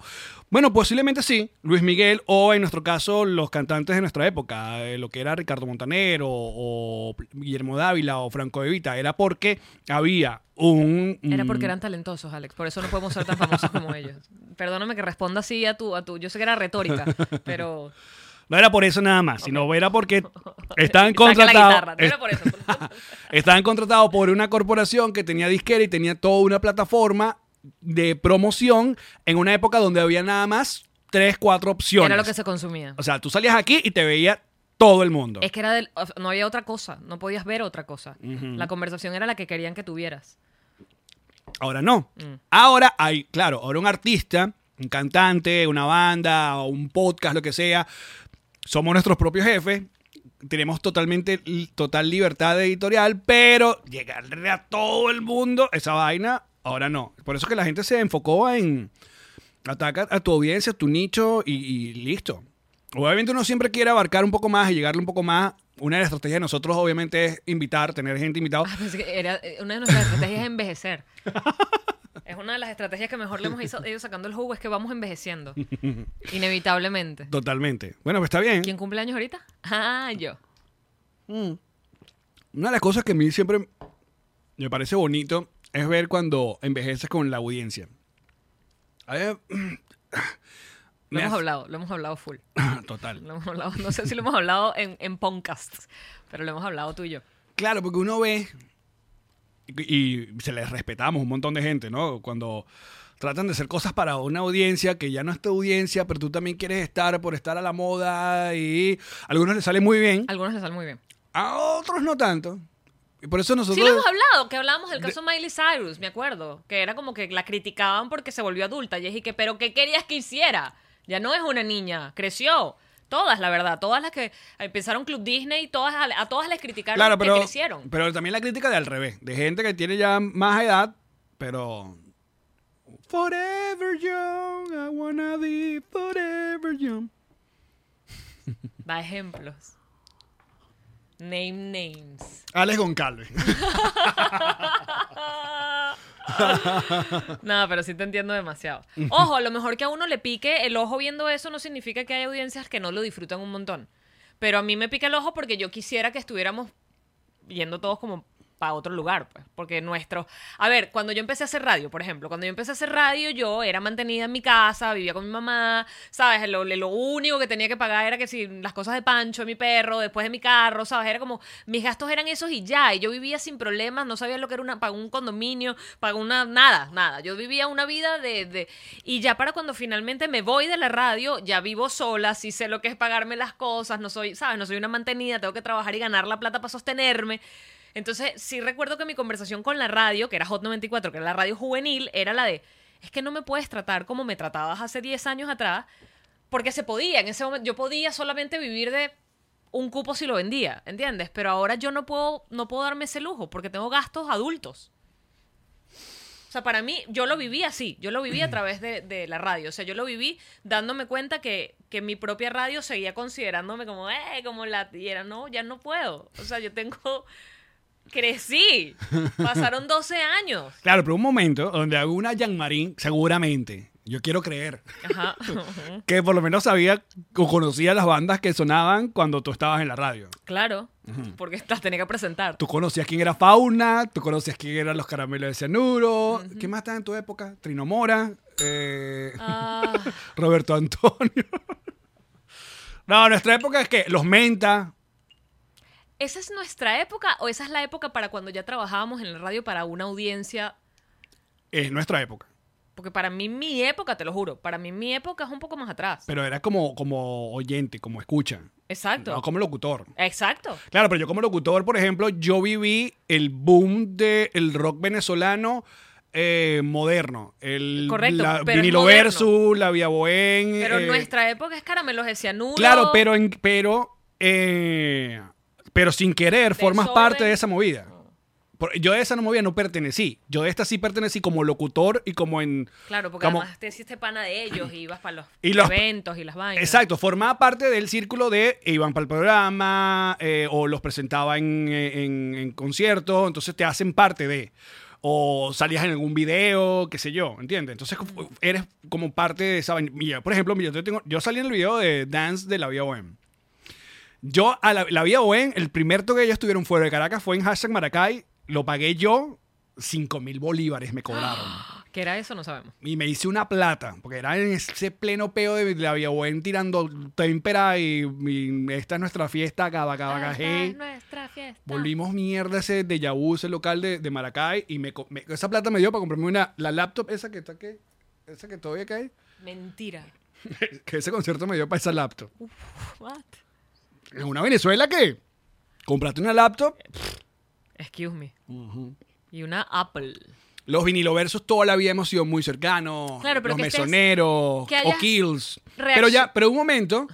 S3: Bueno, posiblemente sí, Luis Miguel o en nuestro caso los cantantes de nuestra época, eh, lo que era Ricardo Montaner o, o Guillermo Dávila o Franco Evita, era porque había un... mm,
S4: Era
S3: un-
S4: porque eran talentosos, Alex, por eso no podemos ser tan famosos como ellos. Perdóname que responda así a tu, a tu, yo sé que era retórica, pero...
S3: No era por eso nada más, sino era porque estaban
S4: Saca la
S3: contratados.
S4: guitarra, no era por eso.
S3: Estaban contratados por una corporación que tenía disquera y tenía toda una plataforma de promoción en una época donde había nada más tres, cuatro opciones.
S4: Era lo que se consumía.
S3: O sea, tú salías aquí y te veía todo el mundo.
S4: Es que era del- of- no había otra cosa, no podías ver otra cosa. La conversación era la que querían que tuvieras.
S3: Ahora no. Ahora hay, claro, ahora un artista, un cantante, una banda, o un podcast, lo que sea, somos nuestros propios jefes. Tenemos totalmente li- total libertad editorial, pero llegarle a todo el mundo esa vaina, ahora no. Por eso es que la gente se enfocó en atacar a tu audiencia, tu nicho y, y listo. Obviamente uno siempre quiere abarcar un poco más y llegarle un poco más. Una de las estrategias de nosotros obviamente es invitar, tener gente invitada.
S4: Ah, pensé que era- eh, una de nuestras estrategias es envejecer. Es una de las estrategias que mejor le hemos hizo- ido sacando el jugo, es que vamos envejeciendo. Inevitablemente.
S3: Totalmente. Bueno, pues está bien.
S4: ¿Quién cumple años ahorita? Ah, yo.
S3: Una de las cosas que a mí siempre me parece bonito es ver cuando envejeces con la audiencia. A ver,
S4: Lo
S3: me
S4: hemos
S3: hace-
S4: hablado, lo hemos hablado full.
S3: Total.
S4: Lo hemos hablado, no sé si lo hemos hablado en, en podcasts, pero lo hemos hablado tú y yo.
S3: Claro, porque uno ve y y se les respetamos un montón de gente, ¿no? Cuando tratan de hacer cosas para una audiencia que ya no es tu audiencia, pero tú también quieres estar por estar a la moda y a algunos les sale muy bien,
S4: Algunos les salen muy bien.
S3: a otros no tanto. Y por eso nosotros
S4: Sí lo hemos hablado, que hablábamos del caso Miley Cyrus, me acuerdo, que era como que la criticaban porque se volvió adulta. Y yo dije que, pero ¿qué querías que hiciera? Ya no es una niña, creció. Todas, la verdad, todas las que eh, empezaron Club Disney, todas a, a todas les criticaron que crecieron.
S3: Pero también la crítica de al revés, de gente que tiene ya más edad, Pero. Forever young, I wanna be forever young.
S4: Da ejemplos. Name names.
S3: Alex Goncalves.
S4: No, pero sí te entiendo demasiado. Ojo, a lo mejor que a uno le pique el ojo viendo eso no significa que hay audiencias que no lo disfrutan un montón. Pero a mí me pica el ojo porque yo quisiera que estuviéramos yendo todos como para otro lugar, pues, porque nuestro... A ver, cuando yo empecé a hacer radio, por ejemplo, cuando yo empecé a hacer radio, yo era mantenida en mi casa, vivía con mi mamá, ¿sabes? Lo, lo único que tenía que pagar era que si las cosas de Pancho, de mi perro, después de mi carro, ¿sabes? Era como, mis gastos eran esos y ya, y yo vivía sin problemas, no sabía lo que era una, pagar un condominio, pagar una... nada, nada. Yo vivía una vida de, de... Y ya para cuando finalmente me voy de la radio, ya vivo sola, sí sé lo que es pagarme las cosas, no soy, ¿sabes? No soy una mantenida, tengo que trabajar y ganar la plata para sostenerme. Entonces, sí recuerdo que mi conversación con la radio, que era Hot 94, que era la radio juvenil, era la de, es que no me puedes tratar como me tratabas hace 10 años atrás, porque se podía, en ese momento yo podía solamente vivir de un cupo si lo vendía, ¿entiendes? Pero ahora yo no puedo, no puedo darme ese lujo, porque tengo gastos adultos. O sea, para mí, yo lo viví así, yo lo viví a través de, de la radio, o sea, yo lo viví dándome cuenta que, que mi propia radio seguía considerándome como, eh, como la y era, no, ya no puedo, o sea, yo tengo, crecí, pasaron 12 años.
S3: Claro, pero un momento donde alguna Jean Marín, seguramente, yo quiero creer,
S4: Ajá.
S3: que por lo menos sabía o conocía las bandas que sonaban cuando tú estabas en la radio.
S4: Claro, porque las tenía que presentar.
S3: Tú conocías quién era Fauna, tú conocías quién eran los caramelos de cianuro. ¿Qué más estaba en tu época? Trinomora, eh,
S4: Ah,
S3: Roberto Antonio. no, nuestra época es que los menta.
S4: ¿Esa es nuestra época o esa es la época para cuando ya trabajábamos en la radio para una audiencia?
S3: Es nuestra época.
S4: Porque para mí mi época, te lo juro, para mí mi época es un poco más atrás.
S3: Pero era como, como oyente, como escucha.
S4: Exacto.
S3: No como locutor.
S4: Exacto.
S3: Claro, pero yo como locutor, por ejemplo, yo viví el boom del rock venezolano eh, moderno. El,
S4: Correcto,
S3: la-
S4: pero es
S3: vinilo
S4: moderno.
S3: versus, la Vía Bohén.
S4: Pero
S3: eh,
S4: nuestra época es caramelos de cianuro.
S3: Claro, pero, en- pero, eh, pero sin querer formas
S4: Desorden.
S3: parte de esa movida. Por- Yo de esa movida no pertenecí. Yo de esta sí pertenecí como locutor y como en...
S4: Claro, porque
S3: como-
S4: además te hiciste pana de ellos y ibas para los,
S3: Y los-
S4: eventos y las vainas.
S3: Exacto, formaba parte del círculo de e iban para el programa eh, o los presentaba en, eh, en- en conciertos, entonces te hacen parte de. O salías en algún video, qué sé yo, ¿entiendes? Entonces como- eres como parte de esa vaina. Mira, Por ejemplo, mira, yo, tengo, yo salí en el video de Dance de la Vía Bohem. Yo, a la, la Vía Bohem, el primer toque que ellos tuvieron fuera de Caracas fue en hashtag Maracay, lo pagué yo, 5 mil bolívares me cobraron.
S4: ¿Qué era eso? No sabemos.
S3: Y me hice una plata, porque era en ese pleno peo de la Vía Buen tirando témpera y, y esta es nuestra fiesta, caba, caba, cajé.
S4: nuestra fiesta.
S3: Volvimos mierda ese de Yahoo, ese local de, de Maracay, y me, co- me- esa plata me dio para comprarme una, la laptop esa que está aquí, esa que todavía cae,
S4: Mentira.
S3: que ese concierto me dio para esa laptop.
S4: What?
S3: En una Venezuela que compraste una laptop,
S4: Excuse me. Y una Apple.
S3: los viniloversos toda la vida hemos sido muy cercanos,
S4: Claro, pero
S3: los
S4: que estés-
S3: mesoneros,
S4: que
S3: o
S4: hayas
S3: Kills.
S4: reaccion-
S3: Pero ya, pero un momento,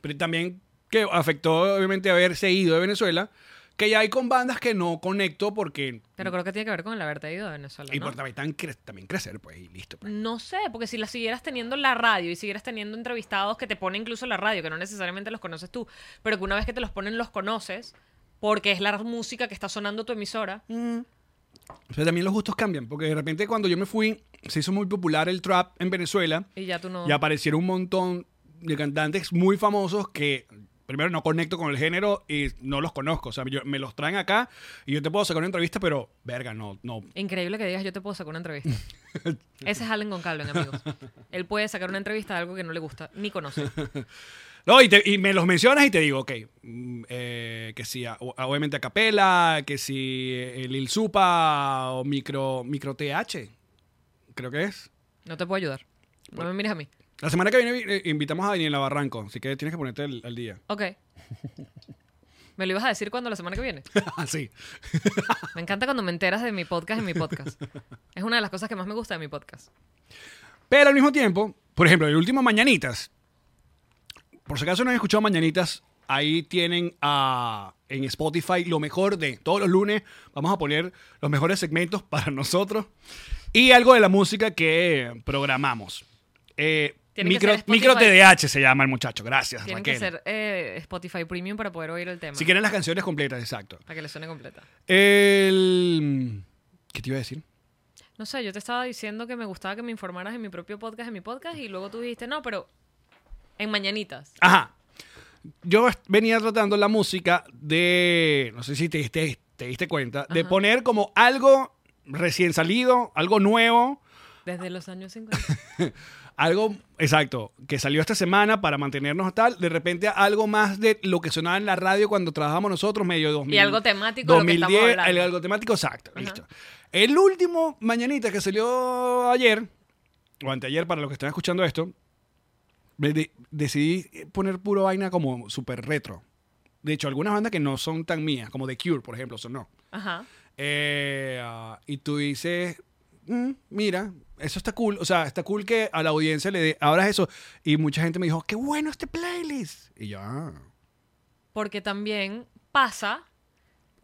S3: pero también que afectó obviamente haberse ido de Venezuela, que ya hay con bandas que no conecto porque...
S4: Pero creo que tiene que ver con el haberte ido de Venezuela.
S3: Y
S4: ¿no?
S3: por también, tan cre- también crecer, pues, y listo. pues.
S4: No sé, porque si la siguieras teniendo en la radio y siguieras teniendo entrevistados que te pone incluso la radio, que no necesariamente los conoces tú, pero que una vez que te los ponen los conoces, porque es la música que está sonando tu emisora.
S3: Pero también los gustos cambian, porque de repente cuando yo me fui, se hizo muy popular el trap en Venezuela.
S4: Y ya tú no.
S3: Y aparecieron un montón de cantantes muy famosos que primero no conecto con el género y no los conozco. O sea, yo- me los traen acá y yo te puedo sacar una entrevista, pero verga, no, no.
S4: Increíble que digas, yo te puedo sacar una entrevista. Ese es Allen Goncalves, amigos. Él puede sacar una entrevista de algo que no le gusta ni conoce.
S3: No, y, te- y me los mencionas y te digo, ok, mm, eh, que si a- o- obviamente a capela, que si eh, el Il Supa o micro, micro TH, creo que es.
S4: No te puedo ayudar. No me mires a mí.
S3: La semana que viene eh, invitamos a Daniela Barranco, así que tienes que ponerte al, al día.
S4: Ok. ¿Me lo ibas a decir cuando la semana que viene?
S3: Así.
S4: Me encanta cuando me enteras de mi podcast en mi podcast. Es una de las cosas que más me gusta de mi podcast.
S3: Pero al mismo tiempo, por ejemplo, el último Mañanitas. Por si acaso no han escuchado Mañanitas, ahí tienen a- en Spotify lo mejor de todos los lunes. Vamos a poner los mejores segmentos para nosotros. Y algo de la música que programamos. Eh,
S4: Tiene que
S3: micro,
S4: ser Spotify.
S3: micro TDH se llama el muchacho. Gracias,
S4: Tienen
S3: Raquel.
S4: que ser eh, Spotify Premium para poder oír el tema.
S3: Si quieren las canciones completas, exacto.
S4: Para que le suene completa.
S3: El... ¿Qué te iba a decir?
S4: No sé, yo te estaba diciendo que me gustaba que me informaras en mi propio podcast, en mi podcast, y luego tú dijiste, no, pero en mañanitas.
S3: Ajá. Yo est- venía tratando la música de, no sé si te diste, te diste cuenta, de poner como algo recién salido, algo nuevo,
S4: Desde los años 50.
S3: algo, exacto, que salió esta semana para mantenernos tal, de repente algo más de lo que sonaba en la radio cuando trabajábamos nosotros, medio 2000.
S4: Y algo temático de lo que estamos hablando.
S3: algo temático, exacto, listo. El último Mañanita que salió ayer, o anteayer para los que están escuchando esto, me de- decidí poner puro vaina como super retro. De hecho, algunas bandas que no son tan mías, como The Cure, por ejemplo, son no.
S4: Ajá.
S3: Eh, ah, y tú dices, "Mm, mira, eso está cool. O sea, está cool que a la audiencia le dé, ahora es eso. Y mucha gente me dijo, qué bueno este playlist. Y yo, "Ah".
S4: Porque también pasa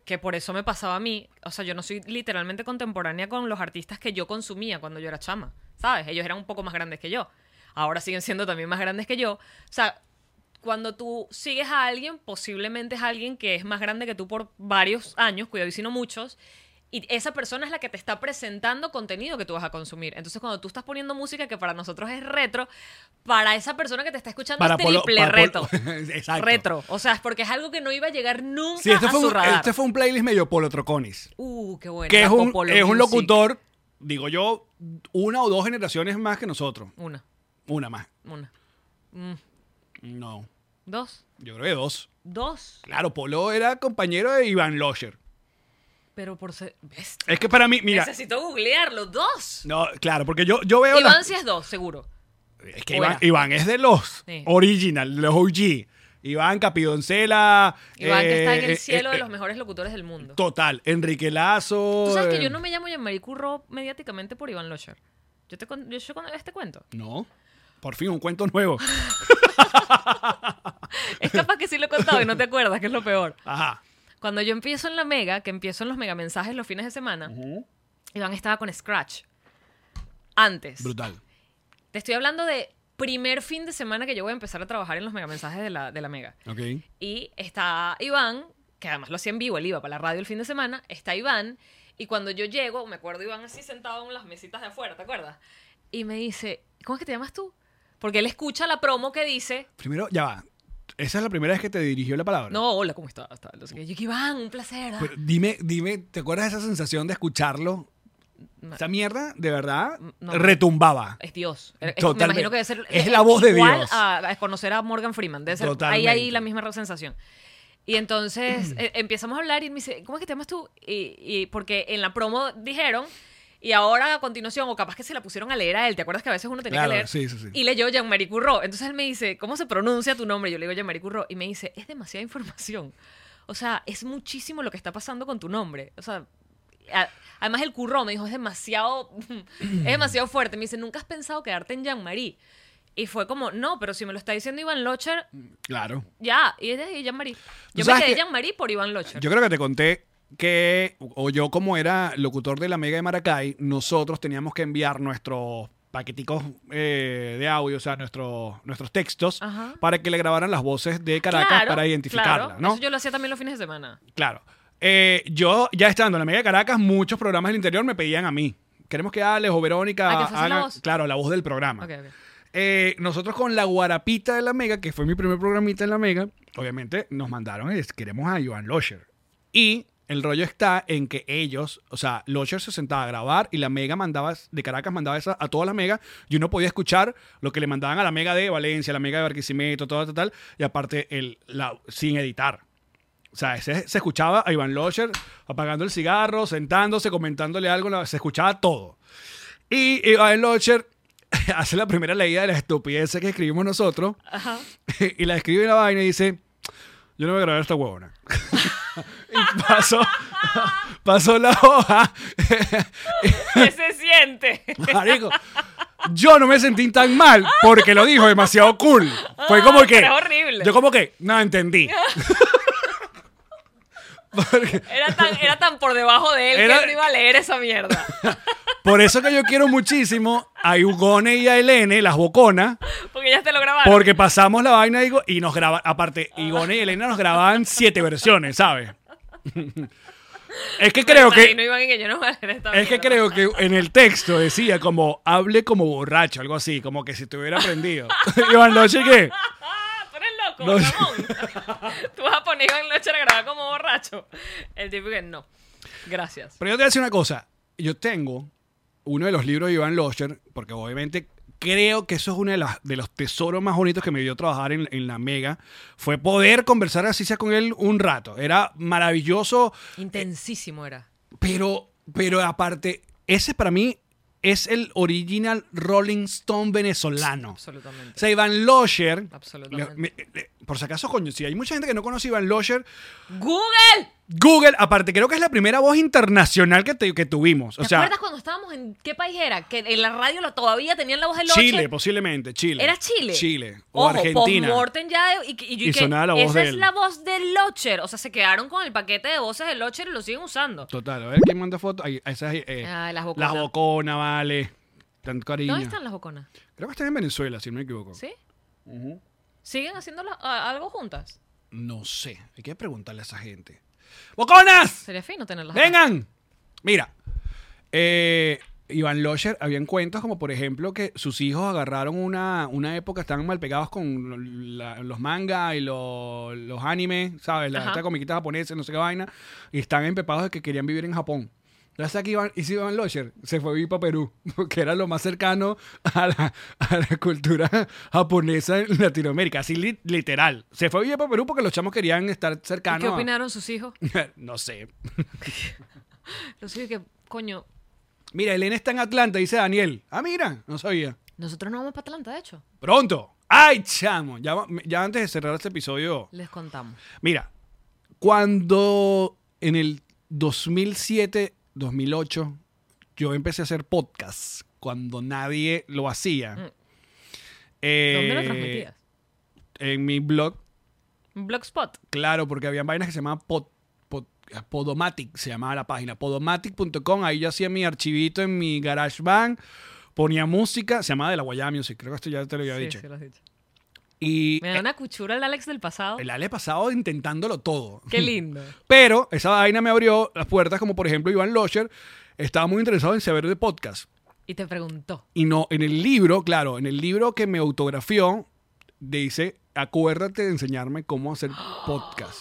S4: que por eso me pasaba a mí, o sea, yo no soy literalmente contemporánea con los artistas que yo consumía cuando yo era chama, ¿sabes? Ellos eran un poco más grandes que yo. Ahora siguen siendo también más grandes que yo. O sea, cuando tú sigues a alguien, posiblemente es alguien que es más grande que tú por varios años, cuidado y si no muchos, y esa persona es la que te está presentando contenido que tú vas a consumir. Entonces, cuando tú estás poniendo música que para nosotros es retro, para esa persona que te está escuchando es
S3: Polo-
S4: este triple
S3: para
S4: reto.
S3: Polo- Exacto.
S4: Retro. O sea, es porque es algo que no iba a llegar nunca
S3: Sí, este
S4: a
S3: fue,
S4: su
S3: un,
S4: radar.
S3: este fue un playlist medio Polo Troconis.
S4: Uh, qué bueno.
S3: que es
S4: Taco
S3: un,
S4: Polo
S3: es un
S4: Music.
S3: locutor, digo yo, una o dos generaciones más que nosotros.
S4: Una,
S3: Una más.
S4: una. Mm,
S3: No,
S4: dos,
S3: yo creo que dos.
S4: dos.
S3: Claro, Polo era compañero de Iván Losher.
S4: Pero por ser. ¿ves?
S3: Es que para mí, mira.
S4: Necesito googlearlo. Dos.
S3: No, claro, porque yo, yo veo.
S4: Iván
S3: las-
S4: sí es dos, seguro.
S3: es que
S4: o
S3: Iván,
S4: era.
S3: Iván es de los
S4: Sí.
S3: original, de los OG. Iván Capidoncela.
S4: Iván que está en
S3: eh,
S4: el cielo
S3: eh,
S4: de
S3: eh,
S4: los mejores locutores del mundo.
S3: Total, Enrique Lazo.
S4: Tú sabes que yo
S3: eh,
S4: no me llamo Jean-Marie Curro mediáticamente por Iván Locher. Yo te con- yo, yo con este cuento.
S3: eh, No. Por fin, un cuento nuevo.
S4: Es capaz que sí lo he contado y no te acuerdas, que es lo peor.
S3: Ajá.
S4: Cuando yo empiezo en la Mega, que empiezo en los Mega Mensajes los fines de semana, Iván estaba con Scratch. Antes.
S3: Brutal.
S4: Te estoy hablando de primer fin de semana que yo voy a empezar a trabajar en los Mega Mensajes de la, de la Mega.
S3: Ok.
S4: Y está Iván, que además lo hacía en vivo, él iba para la radio el fin de semana, está Iván, y cuando yo llego, me acuerdo Iván así sentado en las mesitas de afuera, ¿te acuerdas? Y me dice, ¿cómo es que te llamas tú? Porque él escucha la promo que dice,
S3: Primero, ya va. Esa es la primera vez que te dirigió la palabra.
S4: no, hola, ¿cómo estás? Tal, no sé qué. Yo, Iván, un placer. ah".
S3: Pero dime, dime, ¿te acuerdas de esa sensación de escucharlo?
S4: No.
S3: Esa mierda, de verdad,
S4: no.
S3: retumbaba.
S4: Es Dios. Es-
S3: Totalmente.
S4: Me imagino que debe ser. eh,
S3: Es la voz de
S4: igual
S3: Dios.
S4: A, a conocer a Morgan Freeman. Debe ser ahí,
S3: Totalmente.
S4: ahí la misma sensación. Y entonces eh, empezamos a hablar y él me dice, ¿cómo es que te llamas tú? Y, y porque en la promo dijeron, y ahora a continuación, o capaz que se la pusieron a leer a él, ¿te acuerdas que a veces uno tenía
S3: Claro,
S4: que leer?
S3: sí, sí, sí.
S4: Y leyó Jean-Marie Curro. Entonces él me dice, ¿cómo se pronuncia tu nombre? Yo le digo Jean-Marie Curro. Y me dice, es demasiada información. O sea, es muchísimo lo que está pasando con tu nombre. O sea, a- Además, el curro me dijo, es demasiado, es demasiado fuerte. Me dice, ¿nunca has pensado quedarte en Jean-Marie? Y fue como, no, pero si me lo está diciendo Iván Locher,
S3: Claro.
S4: ya. Y es de Jean-Marie. Yo me
S3: sabes
S4: quedé
S3: que-
S4: Jean-Marie por Iván Locher.
S3: Yo creo que te conté que, o yo como era locutor de la Mega de Maracay, nosotros teníamos que enviar nuestros paqueticos eh, de audio, o sea, nuestros, nuestros textos,
S4: Ajá.
S3: para que le grabaran las voces de Caracas
S4: Claro,
S3: para identificarla,
S4: claro.
S3: ¿no?
S4: Eso yo lo hacía también los fines de semana.
S3: Claro. Eh, yo, ya estando en la Mega de Caracas, muchos programas del interior me pedían a mí. Queremos que Alex o Verónica
S4: Ah, que fuese la
S3: hagan-
S4: voz.
S3: claro, la voz del programa.
S4: Ok, ok.
S3: Eh, nosotros con la guarapita de la Mega, que fue mi primer programita en la Mega, obviamente nos mandaron, es, queremos a Iván Locher. Y el rollo está en que ellos, o sea, Locher se sentaba a grabar y la Mega mandaba, de Caracas mandaba esa a todas las Mega y uno podía escuchar lo que le mandaban a la Mega de Valencia, la Mega de Barquisimeto, todo tal, tal, y aparte el, la, sin editar. O sea, ese- se escuchaba a Iván Locher apagando el cigarro, sentándose, comentándole algo, la- se escuchaba todo. Y Iván Locher hace la primera leída de la estupidez que escribimos nosotros y la escribe en la vaina y dice, yo no voy a grabar esta huevona. y pasó, pasó la hoja.
S4: ¿Qué se siente?
S3: Marico, yo no me sentí tan mal porque lo dijo demasiado cool. Fue como
S4: Ah,
S3: que...
S4: pero es horrible.
S3: Yo como que, no entendí. Porque-
S4: Era tan, era tan por debajo de él
S3: Era-
S4: que él no iba a leer esa mierda.
S3: Por eso que yo quiero muchísimo a Yugone y a Elene, las boconas,
S4: Porque ya te lo grabaron.
S3: porque pasamos la vaina digo, y nos graban. Aparte, Yugone y Elena nos grababan siete versiones, ¿sabes? Es que creo que.
S4: Pues, No iban y que yo no voy a leer esta
S3: Es que
S4: mierda.
S3: creo que en el texto decía como hable como borracho, algo así, como que si te hubiera aprendido. Iván Loche, ¿qué?
S4: Ah, Tú eres loco,
S3: No sé.
S4: Ramón. Tú vas a poner a Iván Locher a grabar como borracho. El tipo que no. Gracias.
S3: Pero yo te voy a decir una cosa. Yo tengo uno de los libros de Iván Locher, porque obviamente creo que eso es uno de, las- de los tesoros más bonitos que me dio trabajar en, en la Mega. Fue poder conversar así sea con él un rato. Era maravilloso,
S4: Intensísimo era.
S3: pero, pero aparte, ese para mí es el original Rolling Stone venezolano. O
S4: Absolutamente.
S3: sea, Iván Locher.
S4: Absolutamente.
S3: le- me- le- por si acaso, coño, si hay mucha gente que no conoce a Iván Locher,
S4: ¡Google!
S3: Google, aparte, creo que es la primera voz internacional que, te- que tuvimos. O
S4: ¿Te
S3: sea,
S4: acuerdas cuando estábamos en qué país era? Que en la radio lo- todavía tenían la voz del
S3: Chile,
S4: Loche.
S3: posiblemente, Chile.
S4: Era Chile.
S3: Chile. O
S4: Ojo,
S3: Argentina.
S4: postmortem ya. de- Y, y, yo
S3: Y
S4: que
S3: sonaba la voz
S4: Esa
S3: de
S4: es
S3: él.
S4: la voz del Locher. O sea, se quedaron con el paquete de voces del Locher y lo siguen usando.
S3: Total, a ver quién manda fotos. Ahí, esas, eh,
S4: Ah, las boconas.
S3: las boconas, vale. Tanto cariño.
S4: ¿Dónde están las boconas?
S3: Creo que están en Venezuela, si no me equivoco.
S4: ¿Sí? ¿Siguen haciendo la- a- algo juntas?
S3: No sé. Hay que preguntarle a esa gente. ¡Boconas!
S4: Sería fino tenerlas. acá.
S3: ¡Vengan! Mira, eh, Iván Locher, habían cuentos como, por ejemplo, que sus hijos agarraron una, una época, estaban mal pegados con la- los mangas y los, los animes, ¿sabes? La,
S4: Ajá.
S3: esta comiquita japonesa, no sé qué vaina, y están empepados de que querían vivir en Japón. Gracias a que Iván, y si Iván Locher se fue a vivir para Perú, que era lo más cercano a la, a la cultura japonesa en Latinoamérica, así li- literal. Se fue a vivir para Perú porque los chamos querían estar
S4: ¿Y
S3: cercanos.
S4: ¿Qué
S3: a-
S4: opinaron sus hijos?
S3: no sé,
S4: Los hijos que, coño,
S3: Mira, Elena está en Atlanta, dice Daniel. Ah, mira, no sabía.
S4: nosotros no vamos para Atlanta, de hecho.
S3: Pronto. Ay, chamo. Ya, va- ya antes de cerrar este episodio.
S4: Les contamos.
S3: Mira, cuando en el 2007, 2008, yo empecé a hacer podcast, cuando nadie lo hacía. eh,
S4: Mm. ¿Dónde lo transmitías?
S3: En mi blog,
S4: Blogspot.
S3: claro, porque había vainas que se llamaban pod- pod- eh, Podomatic, se llamaba la página, podomatic.com. Ahí yo hacía mi archivito en mi GarageBand, ponía música, se llamaba De La Guayaba Music, creo que esto ya te lo había
S4: Sí,
S3: dicho.
S4: sí, lo has dicho.
S3: Y eh,
S4: Me da una cuchura el Alex del pasado.
S3: el Ale pasado intentándolo todo.
S4: Qué lindo.
S3: Pero esa vaina me abrió las puertas, como por ejemplo Iván Locher estaba muy interesado en saber de podcast.
S4: Y te preguntó.
S3: Y no, en el libro, claro, en el libro que me autografió, dice, acuérdate de enseñarme cómo hacer podcast.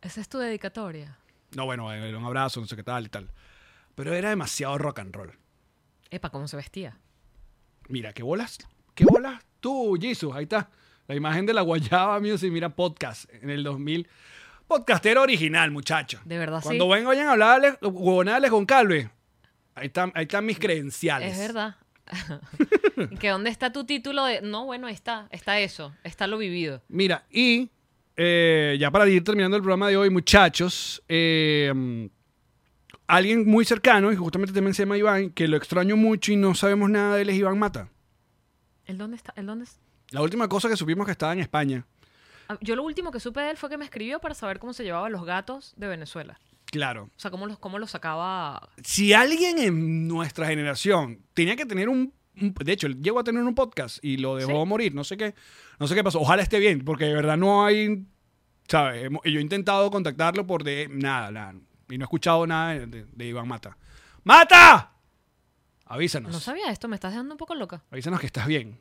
S4: Esa es tu dedicatoria.
S3: No, bueno, eh, un abrazo, no sé qué tal y tal. Pero era demasiado rock and roll.
S4: Epa, ¿cómo se vestía?
S3: Mira, qué bolas, qué bolas tú, Jesus, ahí está. La imagen de la Guayaba Music, mira, podcast en el 2000. Podcastero original, muchacho.
S4: De verdad, sí.
S3: Cuando ven, oyen hablar a Alex- huevonada de Alex Goncalves, ahí están, ahí están mis credenciales.
S4: Es verdad. ¿Y que dónde está tu título de.? No, bueno, ahí está. Está eso. Está lo vivido.
S3: Mira, y eh, ya para ir terminando el programa de hoy, muchachos, eh, mm, alguien muy cercano, y justamente también se llama Iván, que lo extraño mucho y no sabemos nada de él, es Iván Mata.
S4: ¿El dónde está? ¿El dónde es-
S3: La última cosa que supimos que estaba en España.
S4: Ah, Yo lo último que supe de él fue que me escribió para saber cómo se llevaban los gatos de Venezuela.
S3: Claro.
S4: O sea, cómo los, cómo los sacaba.
S3: si alguien en nuestra generación tenía que tener un, un- de hecho él llegó a tener un podcast y lo dejó morir no sé qué no sé qué pasó ojalá esté bien porque de verdad no hay sabes Hemos- yo he intentado contactarlo por de nada, nada, y no he escuchado nada de, de- de Iván Mata Mata avísanos
S4: No sabía esto, me estás dejando un poco loca.
S3: avísanos que estás bien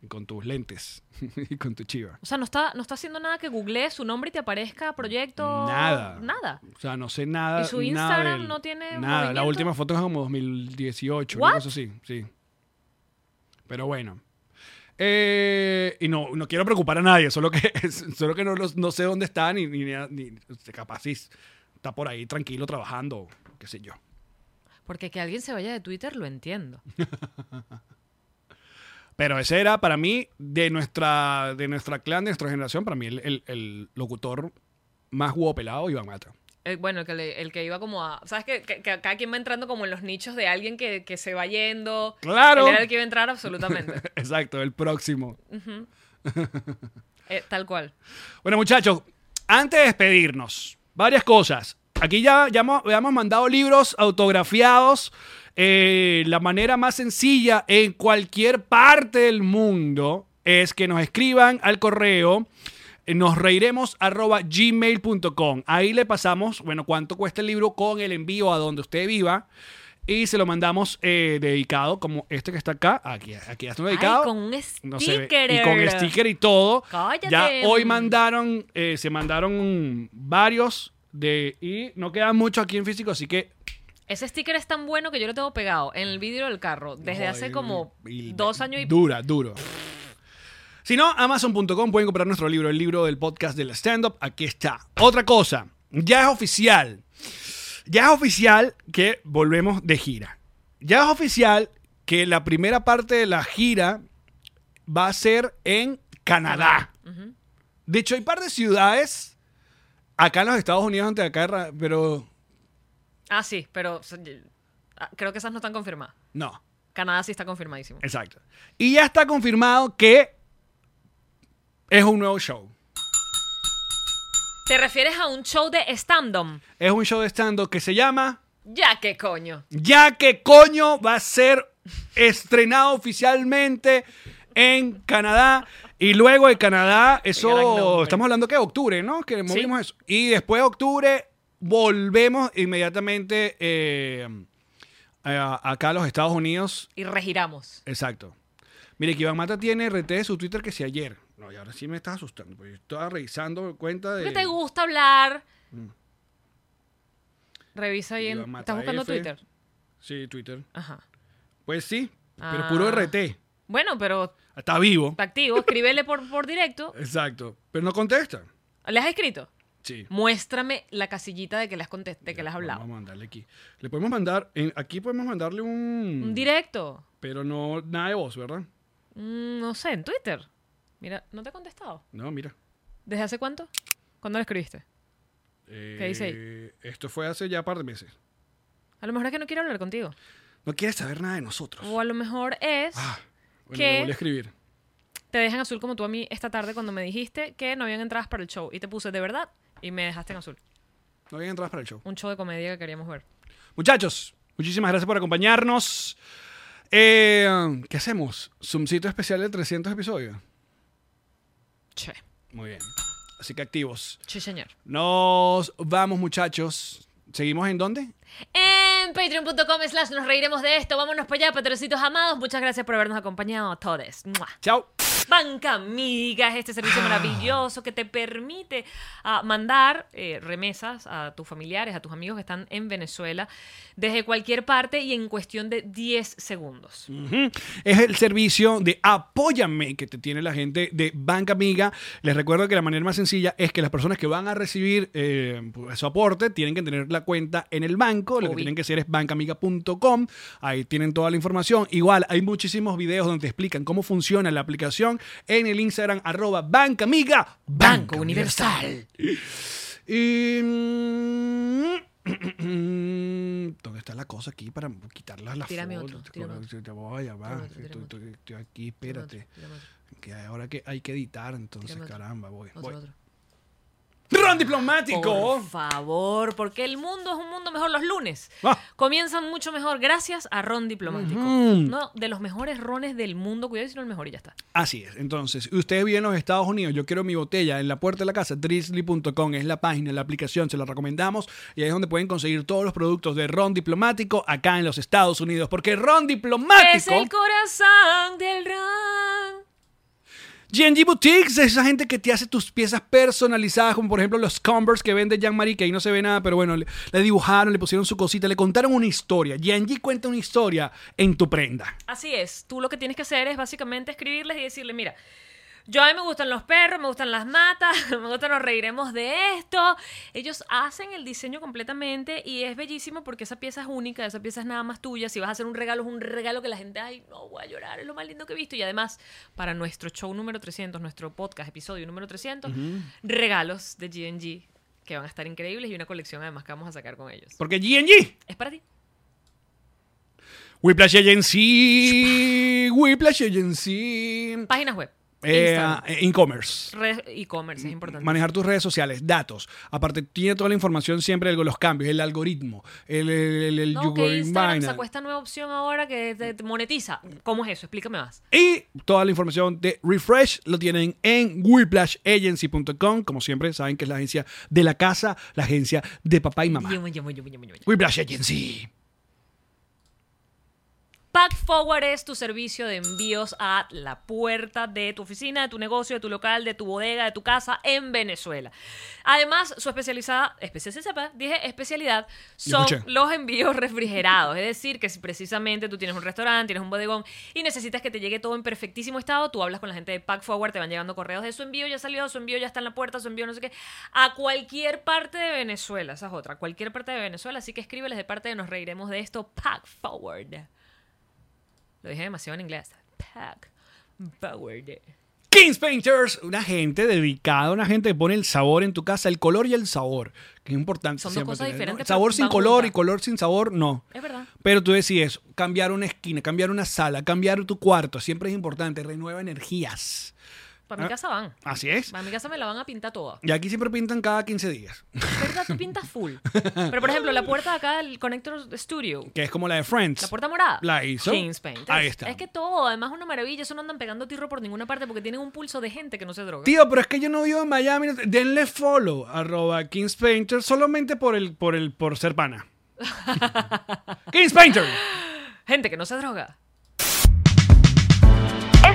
S3: y con tus lentes y con tu chiva
S4: O sea, no está, no está haciendo nada que googlee su nombre y te aparezca proyecto.
S3: Nada.
S4: Nada.
S3: o sea no sé nada
S4: ¿Y su
S3: nada
S4: Instagram
S3: de él.
S4: no
S3: nada
S4: tiene
S3: la
S4: movimiento?
S3: última foto es como 2018 una
S4: ¿What?
S3: cosa así sí pero bueno Eh, y no, no quiero preocupar a nadie solo que solo que no, los- no sé dónde está ni, ni, ni- este, capaz si está por ahí tranquilo trabajando qué sé yo
S4: Porque que alguien se vaya de Twitter lo entiendo.
S3: pero ese era para mí de nuestra de nuestra clan de nuestra generación para mí el, el- el locutor más huevo pelado Iván Mata
S4: Eh, bueno, el que, le- el que iba como a. ¿Sabes que, que, que cada quien va entrando como en los nichos de alguien que, que se va yendo?
S3: Claro.
S4: Él era el que iba a entrar absolutamente.
S3: exacto el próximo
S4: Eh, tal cual.
S3: Bueno, muchachos, antes de despedirnos, varias cosas. Aquí ya, ya, hemos, ya hemos mandado libros autografiados. Eh, la manera más sencilla en cualquier parte del mundo es que nos escriban al correo eh, nos reiremos gmail.com. Ahí le pasamos, bueno, cuánto cuesta el libro con el envío a donde usted viva. Y se lo mandamos eh, dedicado, como este que está acá. Aquí, aquí ya está
S4: Ay,
S3: dedicado.
S4: con un
S3: No se ve.
S4: sticker.
S3: Y con sticker y todo.
S4: Cállate. mm.
S3: Ya hoy mandaron, eh, se mandaron varios de. Y no quedan muchos aquí en físico, así que.
S4: Ese sticker es tan bueno que yo lo tengo pegado en el vidrio del carro desde hace
S3: Joder,
S4: como
S3: y-
S4: dos años y
S3: Dura, duro. Si no, amazon.com pueden comprar nuestro libro, el libro del podcast del stand-up. Aquí está. Otra cosa, ya es oficial. Ya es oficial que volvemos de gira. Ya es oficial que la primera parte de la gira va a ser en Canadá. De hecho, hay par de ciudades acá en los Estados Unidos, antes de acá, ra- pero
S4: Ah, sí, pero o sea, y- ah, creo que esas no están confirmadas.
S3: no.
S4: Canadá sí está confirmadísimo.
S3: Exacto. Y ya está confirmado que es un nuevo show.
S4: ¿Te refieres a un show de stand-up?
S3: Es un show de stand-up que se llama
S4: Ya que coño.
S3: Ya que coño va a ser estrenado oficialmente en Canadá. Y luego de Canadá,
S4: gran
S3: eso
S4: nombre.
S3: estamos hablando que de octubre, ¿no? Que movimos eso. Y después de octubre volvemos inmediatamente eh, a- acá a los Estados Unidos.
S4: Y regiramos.
S3: Exacto. Mire, que Iván Mata tiene RT de su Twitter que si ayer. No, y ahora sí me estás asustando. Porque yo estaba revisando cuenta de.
S4: ¿Qué te gusta hablar? Revisa ahí. en-
S3: Mm. Iba a matar
S4: ¿Estás buscando
S3: F.
S4: Twitter?
S3: Sí, Twitter.
S4: Ajá.
S3: Pues sí, pero
S4: Ah.
S3: puro RT.
S4: Bueno, pero
S3: Está vivo.
S4: está activo. Escríbele por, por directo.
S3: Exacto. Pero no contesta.
S4: ¿Le has escrito?
S3: Sí.
S4: Muéstrame la casillita de que le has, contest- de que le has hablado.
S3: Vamos a mandarle aquí. Le podemos mandar, en- aquí podemos mandarle un...
S4: Un directo.
S3: Pero no, nada de voz, ¿verdad?
S4: Mm, no sé, en Twitter. Mira, ¿no te ha contestado?
S3: No, mira.
S4: ¿Desde hace cuánto? ¿Cuándo lo escribiste?
S3: Eh,
S4: dice
S3: Esto fue hace ya par de meses.
S4: A lo mejor es que no quiero hablar contigo.
S3: No quiere saber nada de nosotros.
S4: O a lo mejor es...
S3: Ah, bueno,
S4: ¿Qué?
S3: le volví a escribir.
S4: Te dejan azul como tú a mí esta tarde cuando me dijiste que no habían entradas para el show. Y te puse de verdad y me dejaste en azul.
S3: No habían entradas para el show.
S4: Un show de comedia que queríamos ver.
S3: Muchachos, muchísimas gracias por acompañarnos. Eh, ¿Qué hacemos? ¿Zoomcito especial de 300 episodios?
S4: Che,
S3: Muy bien. Así que activos.
S4: che señor.
S3: Nos vamos, muchachos. ¿Seguimos en dónde?
S4: En patreon.com slash nos reiremos de esto. Vámonos para allá, patrocitos amados. Muchas gracias por habernos acompañado a todos. ¡Mua!
S3: Chao.
S4: Banca Amigas, este servicio
S3: Ah.
S4: maravilloso que te permite ah, mandar eh, remesas a tus familiares, a tus amigos que están en Venezuela, desde cualquier parte y en cuestión de 10 segundos.
S3: Ujú. Es el servicio de Apóyame que te tiene la gente de Banca Amiga. Les recuerdo que la manera más sencilla es que las personas que van a recibir eh, pues, su aporte tienen que tener la cuenta en el banco. Lo que
S4: Obvio.
S3: tienen que hacer es bancamiga.com. Ahí tienen toda la información. Igual hay muchísimos videos donde te explican cómo funciona la aplicación en el Instagram arroba Banca Amiga.
S4: Banco Universal.
S3: Y, mm, ¿Dónde está la cosa aquí para quitarla la
S4: Tírame
S3: foto?
S4: otro, tírame otro.
S3: Te voy, ya va.
S4: Tírame otro,
S3: Estoy-
S4: tírame otro.
S3: estoy- estoy aquí, espérate. Que ahora que hay que editar, entonces,
S4: Tírame otro.
S3: caramba, voy.
S4: Otro,
S3: voy.
S4: otro.
S3: ¡Ron diplomático!
S4: Por favor, porque el mundo es un mundo mejor los lunes.
S3: Ah.
S4: Comienzan mucho mejor gracias a Ron Diplomático.
S3: Ujú.
S4: Uno de los mejores rones del mundo. Cuidado si no el mejor y ya está.
S3: Así es. Entonces, ustedes viven en los Estados Unidos, yo quiero mi botella en la puerta de la casa, drizzly.com es la página, la aplicación, se la recomendamos y ahí es donde pueden conseguir todos los productos de Ron Diplomático acá en los Estados Unidos, porque Ron Ah,
S4: Es el
S3: Diplomático,
S4: corazón del Ron.
S3: G&G Boutiques, es esa gente que te hace tus piezas personalizadas, como por ejemplo los Converse que vende Jean-Marie, que ahí no se ve nada, pero bueno, le, le dibujaron, le pusieron su cosita, le contaron una historia. G&G cuenta una historia en tu prenda.
S4: Así es. Tú lo que tienes que hacer es básicamente escribirles y decirle, mira, yo a mí me gustan los perros, me gustan las matas, me gustan nos reiremos de esto. Ellos hacen el diseño completamente y es bellísimo porque esa pieza es única, esa pieza es nada más tuya. Si vas a hacer un regalo, es un regalo que la gente, ay, no, voy a llorar, es lo más lindo que he visto. Y además, para nuestro show número 300, nuestro podcast, episodio número 300, regalos de GNG que van a estar increíbles y una colección además que vamos a sacar con ellos.
S3: Porque G&G...
S4: Es para ti.
S3: Whiplash Agency. Whiplash Agency.
S4: Páginas web.
S3: Eh,
S4: Instagram.
S3: E-commerce.
S4: Re- E-commerce es importante.
S3: Manejar tus redes sociales, datos. Aparte, tiene toda la información siempre de los cambios, el algoritmo, el, el, el- el
S4: no,
S3: yugo
S4: que Instagram
S3: binary.
S4: sacó esta nueva opción ahora que te- te monetiza. ¿Cómo es eso? Explícame más.
S3: Y toda la información de Refresh lo tienen en whiplashagency.com. Como siempre, saben que es la agencia de la casa, la agencia de papá y mamá.
S4: Yum, yum, yum, yum, yum, yum.
S3: Whiplash Agency.
S4: Pack Forward es tu servicio de envíos a la puerta de tu oficina, de tu negocio, de tu local, de tu bodega, de tu casa en Venezuela. Además, su especializada, especialidad, dije especialidad, son
S3: escuché.
S4: los envíos refrigerados. Es decir, que si precisamente tú tienes un restaurante, tienes un bodegón y necesitas que te llegue todo en perfectísimo estado, tú hablas con la gente de Pack Forward, te van llegando correos de su envío ya salió, su envío ya está en la puerta, su envío no sé qué, a cualquier parte de Venezuela. Esa es otra, a cualquier parte de Venezuela. Así que escríbeles de parte de Nos Reiremos de esto, Pack Forward. Lo dije demasiado en inglés. Pack. Forward.
S3: Kings Painters, una gente dedicada, una gente que pone el sabor en tu casa, el color y el sabor, que es importante.
S4: Son dos
S3: siempre
S4: cosas
S3: tener, ¿no?
S4: diferentes,
S3: Sabor
S4: pero
S3: sin
S4: van
S3: color y
S4: juntas.
S3: color sin sabor, no.
S4: Es verdad.
S3: Pero tú decides cambiar una esquina, cambiar una sala, cambiar tu cuarto, siempre es importante, renueva energías. Ah.
S4: Para mi casa van.
S3: Así es.
S4: Para mi casa me la van a pintar toda.
S3: Y aquí siempre pintan cada 15 días,
S4: ¿Verdad? Tú pintas full. Pero, por ejemplo, la puerta de acá del Connector Studio.
S3: que es como la de
S4: La
S3: Friends.
S4: puerta morada.
S3: La hizo.
S4: Kings Painters.
S3: Ahí está.
S4: Es que todo, además, es una maravilla. Eso no andan pegando tirro por ninguna parte porque tienen un pulso de gente que no se droga.
S3: Tío, pero es que yo no vivo en Miami. no te- Denle follow arroba Kings Painters solamente por el por el por ser pana. Kings Painter.
S4: Gente que no se droga.